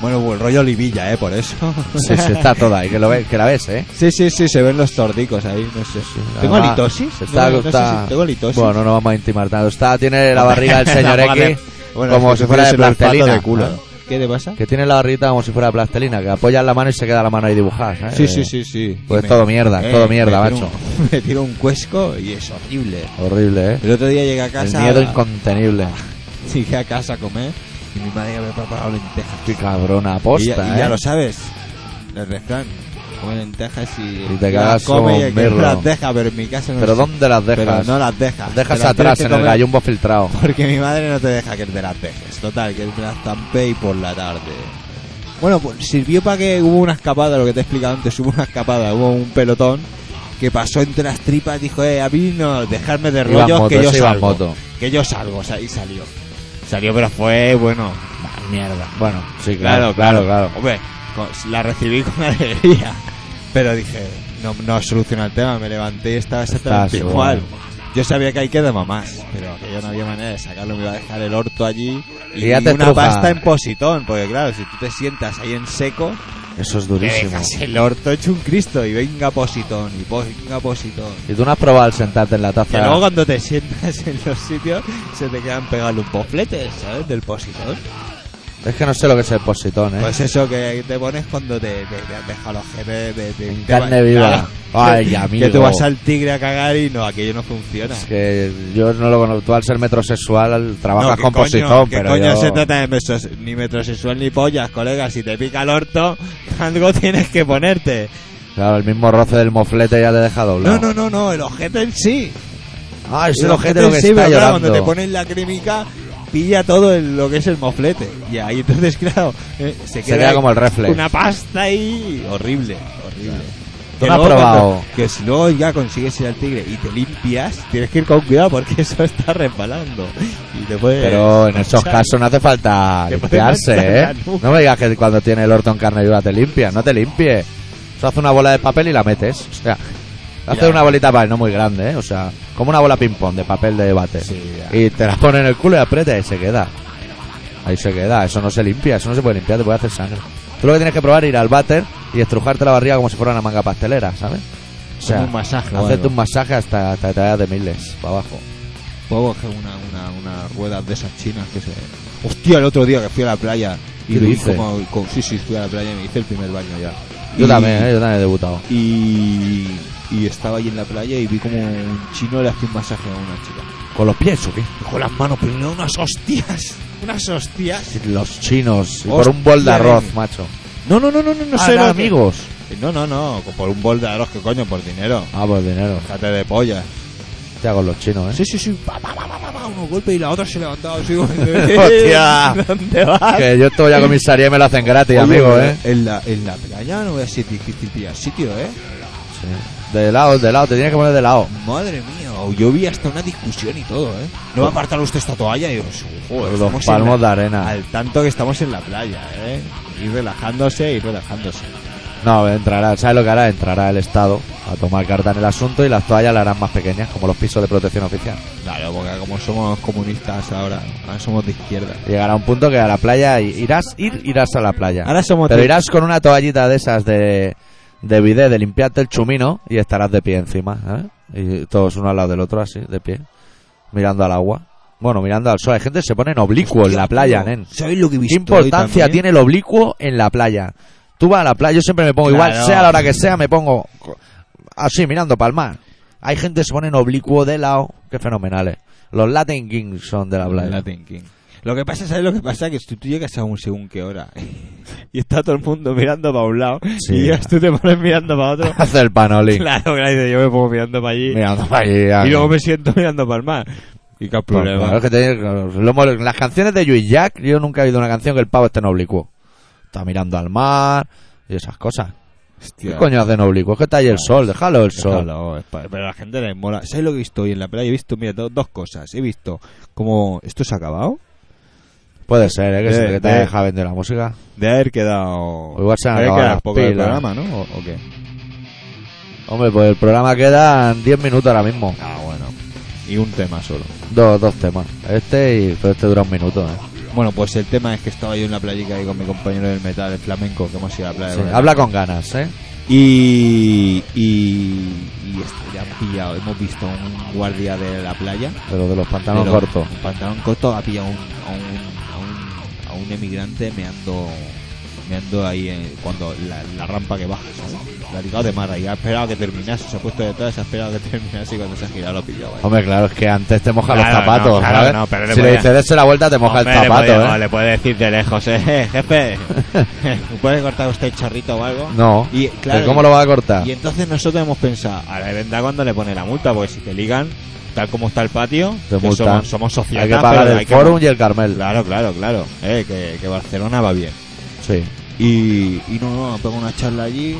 Speaker 2: Bueno, el rollo olivilla, eh, por eso.
Speaker 1: Sí, sí, está toda ahí, que, lo ve- que la ves, ¿eh?
Speaker 2: Sí, sí, sí, se ven los tordicos ahí, no sé. ¿Tengo
Speaker 1: Además,
Speaker 2: litosis?
Speaker 1: Está,
Speaker 2: ¿Tengo, litosis?
Speaker 1: está-
Speaker 2: ¿Tengo litosis?
Speaker 1: Bueno, no vamos a intimar tanto. Está, tiene la barriga el señor
Speaker 2: Vale.
Speaker 1: X,
Speaker 2: Bueno,
Speaker 1: como
Speaker 2: es que
Speaker 1: si fuera de
Speaker 2: tienes el olfato
Speaker 1: plastelina.
Speaker 2: de culo.
Speaker 1: ¿eh?
Speaker 2: ¿Qué te pasa?
Speaker 1: Que tiene la barrita como si fuera de plastelina, que apoyas la mano y se queda la mano ahí dibujada. ¿eh?
Speaker 2: Sí, sí, sí, sí.
Speaker 1: Pues
Speaker 2: Y me-
Speaker 1: todo mierda,
Speaker 2: eh,
Speaker 1: todo mierda,
Speaker 2: me tiro
Speaker 1: macho.
Speaker 2: un- me tiro un cuesco y es horrible.
Speaker 1: Horrible, ¿eh?
Speaker 2: El otro día llegué a
Speaker 1: El
Speaker 2: casa.
Speaker 1: miedo incontenible.
Speaker 2: Llegué a casa a comer y mi madre me había preparado lentejas.
Speaker 1: Qué cabrona,
Speaker 2: y
Speaker 1: aposta,
Speaker 2: ya, y ya
Speaker 1: ¿eh?
Speaker 2: lo sabes. El refrán. Come lentejas y.
Speaker 1: Y te cagas como
Speaker 2: Come y
Speaker 1: un
Speaker 2: el que no
Speaker 1: mirlo.
Speaker 2: las deja, pero en mi casa no
Speaker 1: Pero
Speaker 2: sé.
Speaker 1: ¿dónde las dejas?
Speaker 2: Pero no las deja.
Speaker 1: Dejas
Speaker 2: Te las tienes
Speaker 1: atrás
Speaker 2: que
Speaker 1: en el
Speaker 2: comer
Speaker 1: gallumbo filtrado.
Speaker 2: Porque mi madre no te deja que te las dejes. Total, que me las tampé y por la tarde. Bueno, pues sirvió para que hubo una escapada, lo que te he explicado antes, hubo una escapada, hubo un pelotón que pasó entre las tripas y dijo, eh, a mí no, dejarme de
Speaker 1: Iba en
Speaker 2: rollos
Speaker 1: moto,
Speaker 2: que yo
Speaker 1: ese iba en
Speaker 2: salgo.
Speaker 1: moto.
Speaker 2: Que yo salgo, o sea, y salió. Salió, pero fue, bueno, bah, mierda.
Speaker 1: Bueno, sí,
Speaker 2: Claro,
Speaker 1: claro,
Speaker 2: claro,
Speaker 1: claro, claro.
Speaker 2: Hombre, con- la recibí con alegría. Pero dije, no, no soluciona el tema. Me levanté y estaba exactamente
Speaker 1: Estás
Speaker 2: igual.
Speaker 1: igual.
Speaker 2: Yo sabía que hay que de mamás, pero que yo no había manera de sacarlo. Me iba a dejar el orto allí y,
Speaker 1: Y ya te
Speaker 2: una
Speaker 1: estruja.
Speaker 2: pasta en positón. Porque claro, si tú te sientas ahí en seco,
Speaker 1: Eso es
Speaker 2: te
Speaker 1: durísimo.
Speaker 2: dejas el orto hecho un cristo. Y venga positón, y po- venga positón.
Speaker 1: ¿Y tú no has probado el sentarte en la
Speaker 2: Y luego
Speaker 1: taza?
Speaker 2: cuando te sientas en los sitios, se te quedan pegados los pofletes, ¿sabes? Del positón.
Speaker 1: Es que no sé lo que es el positón, ¿eh?
Speaker 2: Pues eso que te pones cuando te, te, te has dejado los jefes de, de-
Speaker 1: En
Speaker 2: te va-
Speaker 1: carne viva.
Speaker 2: Claro.
Speaker 1: Ay,
Speaker 2: Que-
Speaker 1: amigo.
Speaker 2: Que tú vas al tigre a cagar y no, aquello no funciona.
Speaker 1: Es que yo no lo conozco. Tú al ser metrosexual al- trabajas
Speaker 2: No, ¿qué
Speaker 1: con
Speaker 2: coño-
Speaker 1: positón,
Speaker 2: ¿qué
Speaker 1: pero
Speaker 2: coño
Speaker 1: yo...
Speaker 2: se trata de mesos- ni metrosexual ni pollas, colega? Si te pica el orto, algo tienes que ponerte.
Speaker 1: Claro, el mismo roce del moflete ya te deja doblado.
Speaker 2: No, no, no, no, el ojete en sí.
Speaker 1: Ah, es
Speaker 2: El
Speaker 1: el ojete
Speaker 2: en
Speaker 1: lo que
Speaker 2: sí,
Speaker 1: está
Speaker 2: pero claro,
Speaker 1: llorando.
Speaker 2: cuando te pones la crémica, pilla todo el- lo que es el moflete. Y ahí entonces, claro, eh, se
Speaker 1: Se
Speaker 2: queda,
Speaker 1: queda como el reflex.
Speaker 2: Una pasta ahí horrible, horrible.
Speaker 1: Tú
Speaker 2: Que
Speaker 1: no has
Speaker 2: luego
Speaker 1: probado.
Speaker 2: cuando- que si luego ya consigues ir al tigre y te limpias, tienes que ir con cuidado porque eso está resbalando. Y te puede
Speaker 1: Pero en esos
Speaker 2: manchar.
Speaker 1: casos no hace falta
Speaker 2: Te puede
Speaker 1: limpiarse,
Speaker 2: manchar la
Speaker 1: ¿eh?
Speaker 2: nuca.
Speaker 1: No me digas que cuando tiene el orto en carne viva te limpias, no te limpies. Eso hace una bola de papel y la metes. O sea, hace
Speaker 2: Ya.
Speaker 1: una bolita de papel, no muy grande, ¿eh? O sea, como una bola ping-pong de papel de debate.
Speaker 2: Sí, ya.
Speaker 1: y te la pone en el culo y aprieta y se queda. Ahí se queda, eso no se limpia, eso no se puede limpiar, te puede hacer sangre. Tú lo que tienes que probar es ir al váter y estrujarte la barriga como si fuera una manga pastelera, ¿sabes? O sea,
Speaker 2: Como un masaje o
Speaker 1: hacerte
Speaker 2: algo.
Speaker 1: un masaje hasta, hasta que te vayas de miles para abajo.
Speaker 2: Puedo coger una, una, una rueda de esas chinas que se. Hostia, el otro día que fui a la playa y
Speaker 1: ¿Qué
Speaker 2: vi
Speaker 1: dices?
Speaker 2: como- como- Sí, sí, fui a la playa y me hice el primer baño ya.
Speaker 1: Yo
Speaker 2: Y-
Speaker 1: también, ¿eh? yo también he debutado.
Speaker 2: y, y estaba allí en la playa y vi como un chino le hacía un masaje a una chica.
Speaker 1: ¿Con los pies o qué?
Speaker 2: Con las manos, pero no unas hostias. Unas hostias.
Speaker 1: Los chinos. Y
Speaker 2: Hostia,
Speaker 1: por un bol de arroz,
Speaker 2: eh.
Speaker 1: macho.
Speaker 2: No, no, no, no, no, no
Speaker 1: Ah,
Speaker 2: sé.
Speaker 1: eran
Speaker 2: lo que-
Speaker 1: amigos.
Speaker 2: Eh, No, no, no. Por un bol de arroz, que coño, por pues, dinero.
Speaker 1: Ah, por dinero.
Speaker 2: Fíjate de polla.
Speaker 1: Te hago los chinos, ¿eh?
Speaker 2: Sí, sí, sí. Pa, pa, pa, pa, pa, pa, unos golpes y la otra se levantaba así. como-
Speaker 1: Hostia.
Speaker 2: ¿Dónde vas?
Speaker 1: Que yo estoy ya comisaría y me lo hacen gratis,
Speaker 2: Oye,
Speaker 1: amigo, ¿eh?
Speaker 2: En la, en la playa no voy a ser difícil pillar sitio, ¿eh?
Speaker 1: Sí. De lado, de lado. Te tienes que poner de lado.
Speaker 2: Madre mía, yo vi hasta una discusión y todo, ¿eh? No va a apartar usted esta toalla y yo, joder,
Speaker 1: Pues- Los
Speaker 2: estamos
Speaker 1: palmos
Speaker 2: en la-
Speaker 1: de arena.
Speaker 2: Al tanto que estamos en la playa, ¿eh? Ir relajándose, ir relajándose.
Speaker 1: No, entrará. ¿Sabes lo que hará? Entrará el Estado a tomar carta en el asunto y las toallas las harán más pequeñas, como los pisos de protección oficial.
Speaker 2: Claro, porque como somos comunistas ahora, ahora somos de izquierda.
Speaker 1: Llegará un punto que a la playa i- irás, ir, irás a la playa.
Speaker 2: Ahora somos
Speaker 1: Pero
Speaker 2: de-
Speaker 1: irás con una toallita de esas de, de bidé, de limpiarte el chumino y estarás de pie encima, ¿sabes? Y todos uno al lado del otro, así, de pie, mirando al agua. Bueno, mirando al sol. Hay gente que se pone en oblicuo en Pues la playa, nen.
Speaker 2: ¿Sabéis lo que he
Speaker 1: ¿Qué
Speaker 2: visto
Speaker 1: importancia tiene el oblicuo en la playa? Tú vas a la playa, yo siempre me pongo igual,
Speaker 2: Claro.
Speaker 1: sea la hora que sea, me pongo co- así, mirando para el mar. Hay gente que se pone en oblicuo de lado, qué fenomenales. Los Latin Kings son de la playa.
Speaker 2: Latin King. Lo que pasa, ¿sabes lo que pasa? Que tú, tú llegas a un según qué hora.
Speaker 5: y está todo el mundo mirando para un lado
Speaker 1: Sí.
Speaker 5: y llegas tú te pones mirando para otro.
Speaker 1: Hace el panolín.
Speaker 5: claro, claro, yo me pongo mirando para allí
Speaker 1: Mirando para allí.
Speaker 5: y luego me siento mirando para el mar. Y qué
Speaker 1: eh". Pues,
Speaker 5: problema.
Speaker 1: claro, es que te- lo molo- en las canciones de Luis Jack, yo nunca he oído una canción que el pavo esté en oblicuo. Está mirando al mar y esas cosas. ¿Qué
Speaker 2: Hostia.
Speaker 1: coño hace en oblicuo? Es que está ahí el sol, déjalo el sol.
Speaker 2: Déjalo, es pa- pero a la gente le mola. ¿Sabes lo que he visto hoy en la playa? He visto, mira, do- dos cosas. He visto como esto se ha acabado.
Speaker 1: Puede ser, ¿eh? Que, se-
Speaker 2: Eh,
Speaker 1: que te
Speaker 2: eh.
Speaker 1: deja vender la música.
Speaker 2: De haber quedado.
Speaker 1: O igual se han
Speaker 2: haber
Speaker 1: acabado
Speaker 2: quedado
Speaker 1: las
Speaker 2: poco del
Speaker 1: pilas.
Speaker 2: programa, ¿no? ¿O, o qué?
Speaker 1: Hombre, pues el programa quedan 10 minutos ahora mismo.
Speaker 2: Ah, bueno. Y un tema solo.
Speaker 1: Dos, dos temas. Este y pero este dura un minuto, ¿eh?
Speaker 2: Bueno, pues el tema es que estaba yo en la playica ahí con mi compañero del metal, el flamenco, que hemos ido a la playa.
Speaker 1: Sí,
Speaker 2: con él.
Speaker 1: Habla con ganas, ¿eh?
Speaker 2: Y. Y. Y esto, ya han pillado. Hemos visto a un guardia de la playa.
Speaker 1: Pero de los pantalones
Speaker 2: Pero
Speaker 1: cortos.
Speaker 2: Un pantalón corto ha pillado un- a un, a un, a un emigrante meando, meando ahí en- cuando la, la rampa que baja. ¿sabes? La ha ligado de mar ahí. Ha esperado que terminase. Se ha puesto detrás, ha esperado que terminase y cuando se ha girado lo ha pillado. ahí.
Speaker 1: Hombre, claro, es que antes te moja los
Speaker 5: Claro,
Speaker 1: zapatos,
Speaker 5: no, claro,
Speaker 1: ¿sabes?
Speaker 5: no, pero le
Speaker 1: si le
Speaker 5: podía-
Speaker 1: dices dése la vuelta, te moja
Speaker 5: Hombre,
Speaker 1: el
Speaker 5: le
Speaker 1: zapato,
Speaker 5: podía-
Speaker 1: ¿eh?
Speaker 5: le puede decir de lejos, eh, jefe.
Speaker 2: ¿Puede cortar usted el charrito o algo?
Speaker 1: No.
Speaker 2: Y, claro,
Speaker 1: ¿Pero ¿Cómo lo va a cortar?
Speaker 2: Y entonces nosotros hemos pensado, a la venda cuando le pone la multa, porque si te ligan, tal como está el patio,
Speaker 1: Te
Speaker 2: que
Speaker 1: multan.
Speaker 2: somos, somos
Speaker 1: Hay que
Speaker 2: societas,
Speaker 1: pagar
Speaker 2: pero
Speaker 1: el
Speaker 2: hay que-
Speaker 1: Forum y el Carmel.
Speaker 2: Claro, claro, claro. Eh, que, que Barcelona va bien.
Speaker 1: Sí.
Speaker 2: Y, y no, no, pegó una charla allí,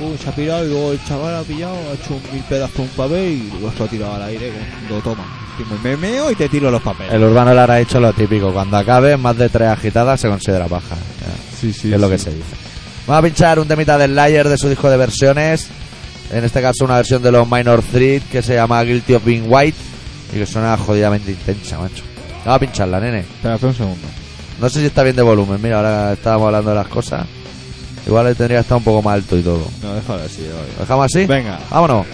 Speaker 2: uh, se ha pirado y luego el chaval ha pillado, ha hecho un mil pedazos un papel y luego se lo ha tirado al aire con lo toma. Tipo, me meo y te tiro los papeles.
Speaker 1: El urbano le habrá hecho lo típico. Cuando acabe, más de tres agitadas se considera baja. Ya,
Speaker 2: Sí, sí.
Speaker 1: que es lo que se dice. Vamos a pinchar un temita del Layer de su disco de versiones. En este caso, una versión de los Minor Threat que se llama Guilty of Being White y que suena jodidamente intensa, macho. Vamos a pincharla, nene.
Speaker 2: Espera, espera un segundo.
Speaker 1: No sé si está bien de volumen. Mira, ahora estábamos hablando de las cosas. Igual le tendría que estar un poco más alto y todo.
Speaker 2: No, déjalo así. déjalo
Speaker 1: ¿Lo dejamos así?
Speaker 2: Venga.
Speaker 1: Vámonos.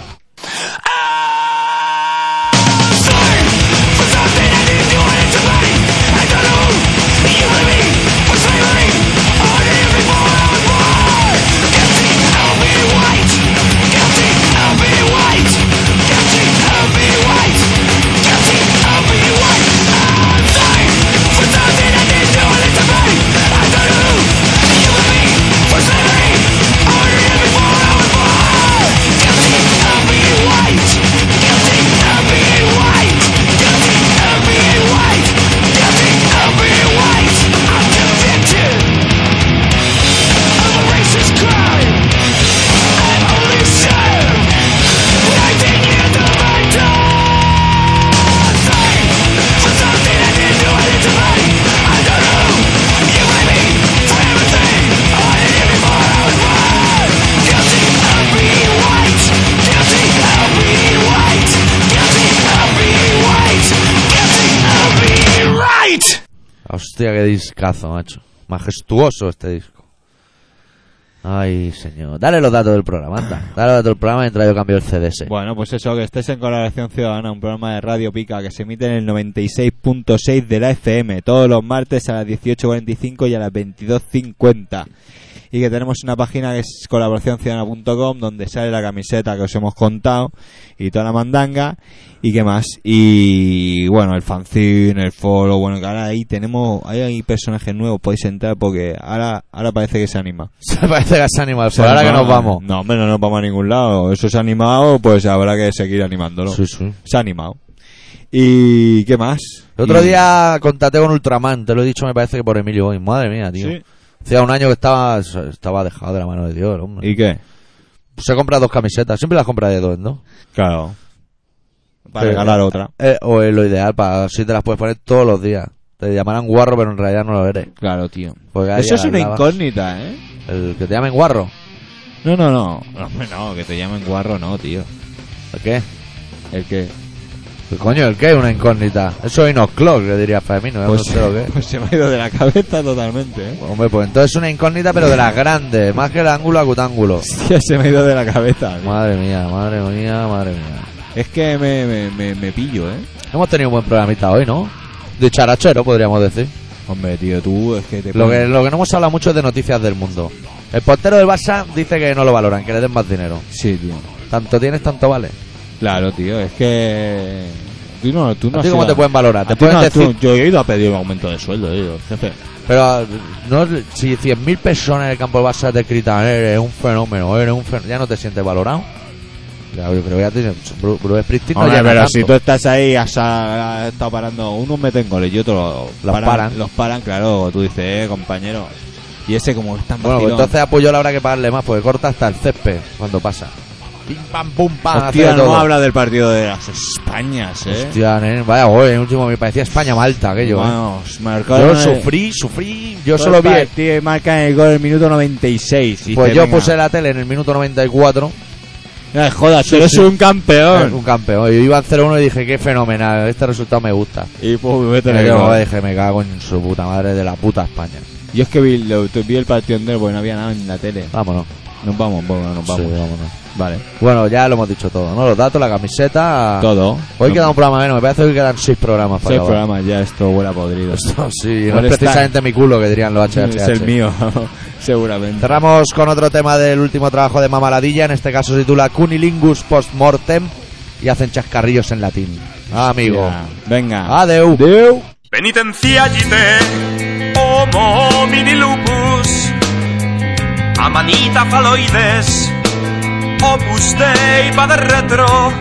Speaker 1: Hostia, qué discazo, macho. Majestuoso este disco. Ay, señor. Dale los datos del programa, anda. Dale los datos del programa mientras yo cambio el CDS.
Speaker 2: Bueno, pues eso, que estés en Colaboración Ciudadana, un programa de Radio Pica que se emite en el 96.6 de la FM, todos los martes a las 18.45 y a las 22.50. Y que tenemos una página que es colaboracionciudadana.com donde sale la camiseta que os hemos contado y toda la mandanga y qué más. Y bueno, el fanzine, el foro, bueno, que ahora ahí tenemos, ahí hay personajes nuevos, podéis entrar porque ahora, ahora parece que se anima.
Speaker 1: Se parece Gas Animal. Por ahora que nos vamos.
Speaker 2: No, hombre, no nos vamos a ningún lado. Eso se ha animado, pues habrá que seguir animándolo.
Speaker 1: Sí, sí.
Speaker 2: Se ha animado. ¿Y qué más?
Speaker 1: El otro
Speaker 2: Y-
Speaker 1: día contacté con Ultraman. Te lo he dicho, me parece que por Emilio hoy. Madre mía, tío.
Speaker 2: Sí.
Speaker 1: Hacía un año que estaba, estaba dejado de la mano de Dios, el hombre.
Speaker 2: ¿Y qué?
Speaker 1: Se compra dos camisetas. Siempre las compra de dos, ¿no?
Speaker 2: Claro. Para
Speaker 1: Pero-
Speaker 2: regalar otra.
Speaker 1: Eh, o es lo ideal, para así te las puedes poner todos los días. Te llamarán guarro, pero en realidad no lo eres.
Speaker 2: Claro, tío.
Speaker 1: Porque ahí
Speaker 2: Eso es
Speaker 1: ya
Speaker 2: una
Speaker 1: hablabas.
Speaker 2: incógnita, ¿eh?
Speaker 1: El que te llamen guarro.
Speaker 2: No, no, no. No, hombre, no, que te llamen guarro, no, tío.
Speaker 1: ¿El qué?
Speaker 2: El que.
Speaker 1: Pues coño, ¿el qué? Una incógnita. Eso es Inoclock, le diría Femino.
Speaker 2: Pues,
Speaker 1: no sé lo que es.
Speaker 2: pues se me ha ido de la cabeza totalmente, ¿eh?
Speaker 1: Hombre, pues entonces es una incógnita, pero de las grandes. Más que el ángulo a cutángulo.
Speaker 2: Hostia, se me ha ido de la cabeza.
Speaker 1: Madre mía, madre mía, madre mía.
Speaker 2: Es que me, me, me, me pillo, ¿eh?
Speaker 1: Hemos tenido un buen programita hoy, ¿no? De charachero, podríamos decir.
Speaker 2: Hombre, tío, tú es que te.
Speaker 1: Lo que, lo que no hemos hablado mucho es de noticias del mundo. El portero del Barça dice que no lo valoran, que le den más dinero.
Speaker 2: Sí, tío.
Speaker 1: Tanto tienes, tanto vale.
Speaker 2: Claro, tío, es que Tú no, tú no
Speaker 1: ¿A
Speaker 2: has
Speaker 1: ti
Speaker 2: ido
Speaker 1: cómo
Speaker 2: a-
Speaker 1: te pueden valorar?
Speaker 2: a
Speaker 1: Te
Speaker 2: ti no,
Speaker 1: pueden
Speaker 2: tú-
Speaker 1: decir,
Speaker 2: Yo he ido a pedir un aumento de sueldo, he ido, jefe.
Speaker 1: pero no, si 100.000 personas en el campo del Barça te gritan, eres un fenómeno, eres un fenómeno, ya no te sientes valorado. Ya, yo creo que ya te dicen, Bru- Bruce Springsteen no
Speaker 2: Hombre,
Speaker 1: llena
Speaker 2: pero
Speaker 1: tanto.
Speaker 2: si tú estás ahí, has, has estado parando, unos meten goles y otros
Speaker 1: Los paran.
Speaker 2: Los paran, claro, tú dices, eh, compañero. Y ese como es tan
Speaker 1: Bueno, pues
Speaker 2: vacilón.
Speaker 1: entonces apoyo la hora que pagarle más, porque corta hasta el césped cuando pasa. Pim, pam, pum, pam, hace
Speaker 2: Hostia,
Speaker 1: de
Speaker 2: no
Speaker 1: todo.
Speaker 2: habla del partido de las Españas, eh.
Speaker 1: Hostia, nen, vaya gol, en último me parecía España-Malta aquello, eh.
Speaker 2: Vamos,
Speaker 1: Yo
Speaker 2: marcaron el-
Speaker 1: sufrí, sufrí, yo solo vi... el-
Speaker 2: Tío, marca el gol en el minuto 96. y
Speaker 1: Pues
Speaker 2: Pues dice,
Speaker 1: yo
Speaker 2: venga.
Speaker 1: puse la tele en el minuto 94,
Speaker 2: Eh, joda, tú eres
Speaker 5: Eres
Speaker 2: un.
Speaker 5: un campeón.
Speaker 1: eh, un campeón, y iba 0-1 y dije, qué fenomenal, este resultado me gusta.
Speaker 2: Y pues, vete
Speaker 1: En
Speaker 2: la
Speaker 1: aquel
Speaker 2: cara.
Speaker 1: momento dije, eh, me cago en su puta madre de la puta España.
Speaker 2: Yo es que vi, lo- tu- vi el partido entero porque no había nada en la tele.
Speaker 1: Vámonos,
Speaker 2: Nos vamos, bueno, nos
Speaker 1: Ah. vamos,
Speaker 2: vamos.
Speaker 1: vámonos.
Speaker 2: Vale,
Speaker 1: Bueno, ya lo hemos dicho todo, ¿no? Los datos, la camiseta...
Speaker 2: todo.
Speaker 1: Ah. Hoy
Speaker 2: Nos-
Speaker 1: queda un programa menos, me parece que hoy quedan 6 programas para
Speaker 2: Seis
Speaker 1: acabar.
Speaker 2: programas ya, esto huele a podrido.
Speaker 1: Sí, no
Speaker 2: Ahora
Speaker 1: es
Speaker 2: está-
Speaker 1: precisamente mi culo que dirían los HHH.
Speaker 2: es el mío, seguramente.
Speaker 1: Cerramos con otro tema del último trabajo de Mamaladilla, en este caso se titula Cunilingus Postmortem y hacen chascarrillos en latín. Ah, Amigo. Ah.
Speaker 2: Ya, Venga.
Speaker 1: Adeu. Adeu.
Speaker 3: Penitentia gite, oh homo homini lupus, amanita faloides, opus dei pader retro,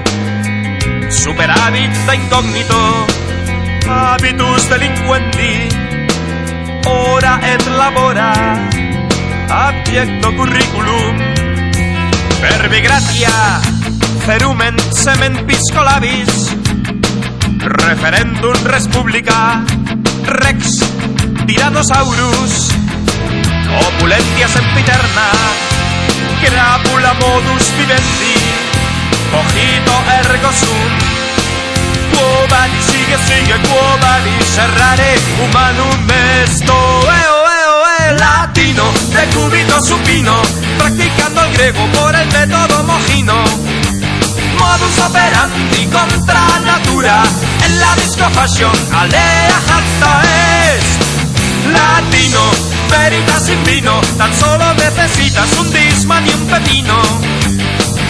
Speaker 3: superavit de incognito, habitus delinquendi, ora et labora, abjecto curriculum, verbi gratia, cerumen semen piscolabis, Referendum Respublica Rex Tiranosaurus Opulentia sempiterna Crápula modus vivendi Cogito ergo sum Quo vadis, sigue, sigue, quo vadis Errare humanum esto Eo, eo, eo, latino De cúbito supino Practicando el griego por el método mojino modus operandi contra natura en la disco fashion alea jacta es latino veritas sin vino tan solo necesitas un disman y un pepino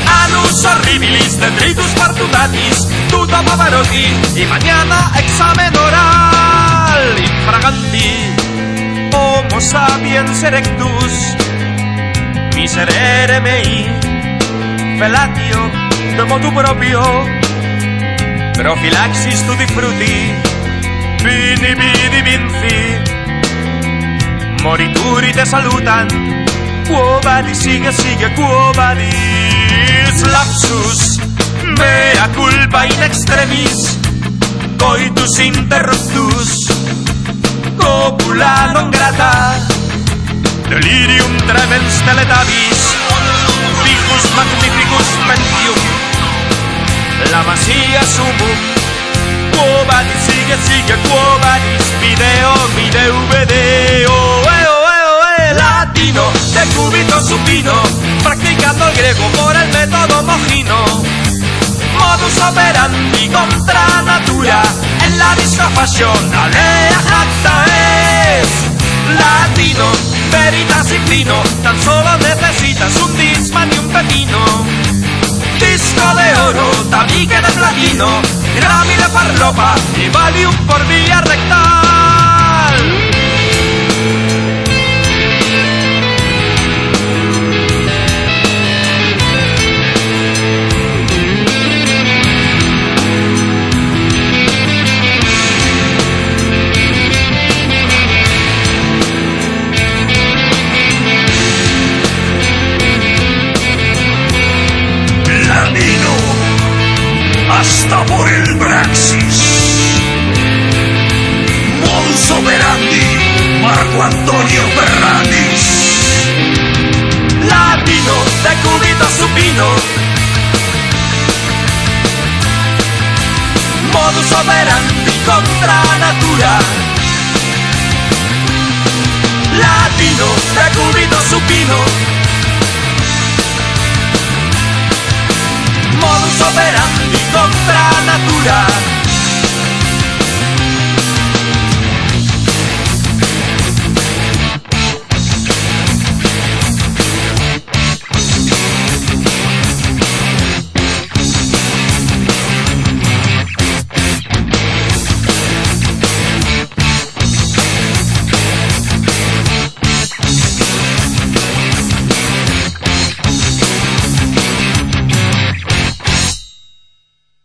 Speaker 3: anus horribilis detritus partutatis tuto pavarotti y mañana examen oral infraganti homo sapiens erectus miserere mei Felatio de motu propio Profilaxis tu frutti Vini vidi vinci Morituri te salutan Quo vadis, sigue, sigue, quo vadis Lapsus Mea culpa in extremis Coitus interruptus Copula non grata Delirium tremens teletabis Ficus magnificus mentium La masía sumum Quo vadis, sigue, sigue, quo vadis Video, video, video Eo, eo, Oh, eh, latino De cúbito supino Practicando el griego por el método mojino modus operandi contra natura en la disco fashion alea jacta es latino veritas sin vino tan solo necesitas un disman y un pepino disco de oro tabique de platino Grammy de farlopa y valium por vía rectal
Speaker 6: latino hasta por el Braxis. Modus operandi, Marco Antonio Ferranis.
Speaker 3: latino de cúbito supino. Modus operandi contra natura.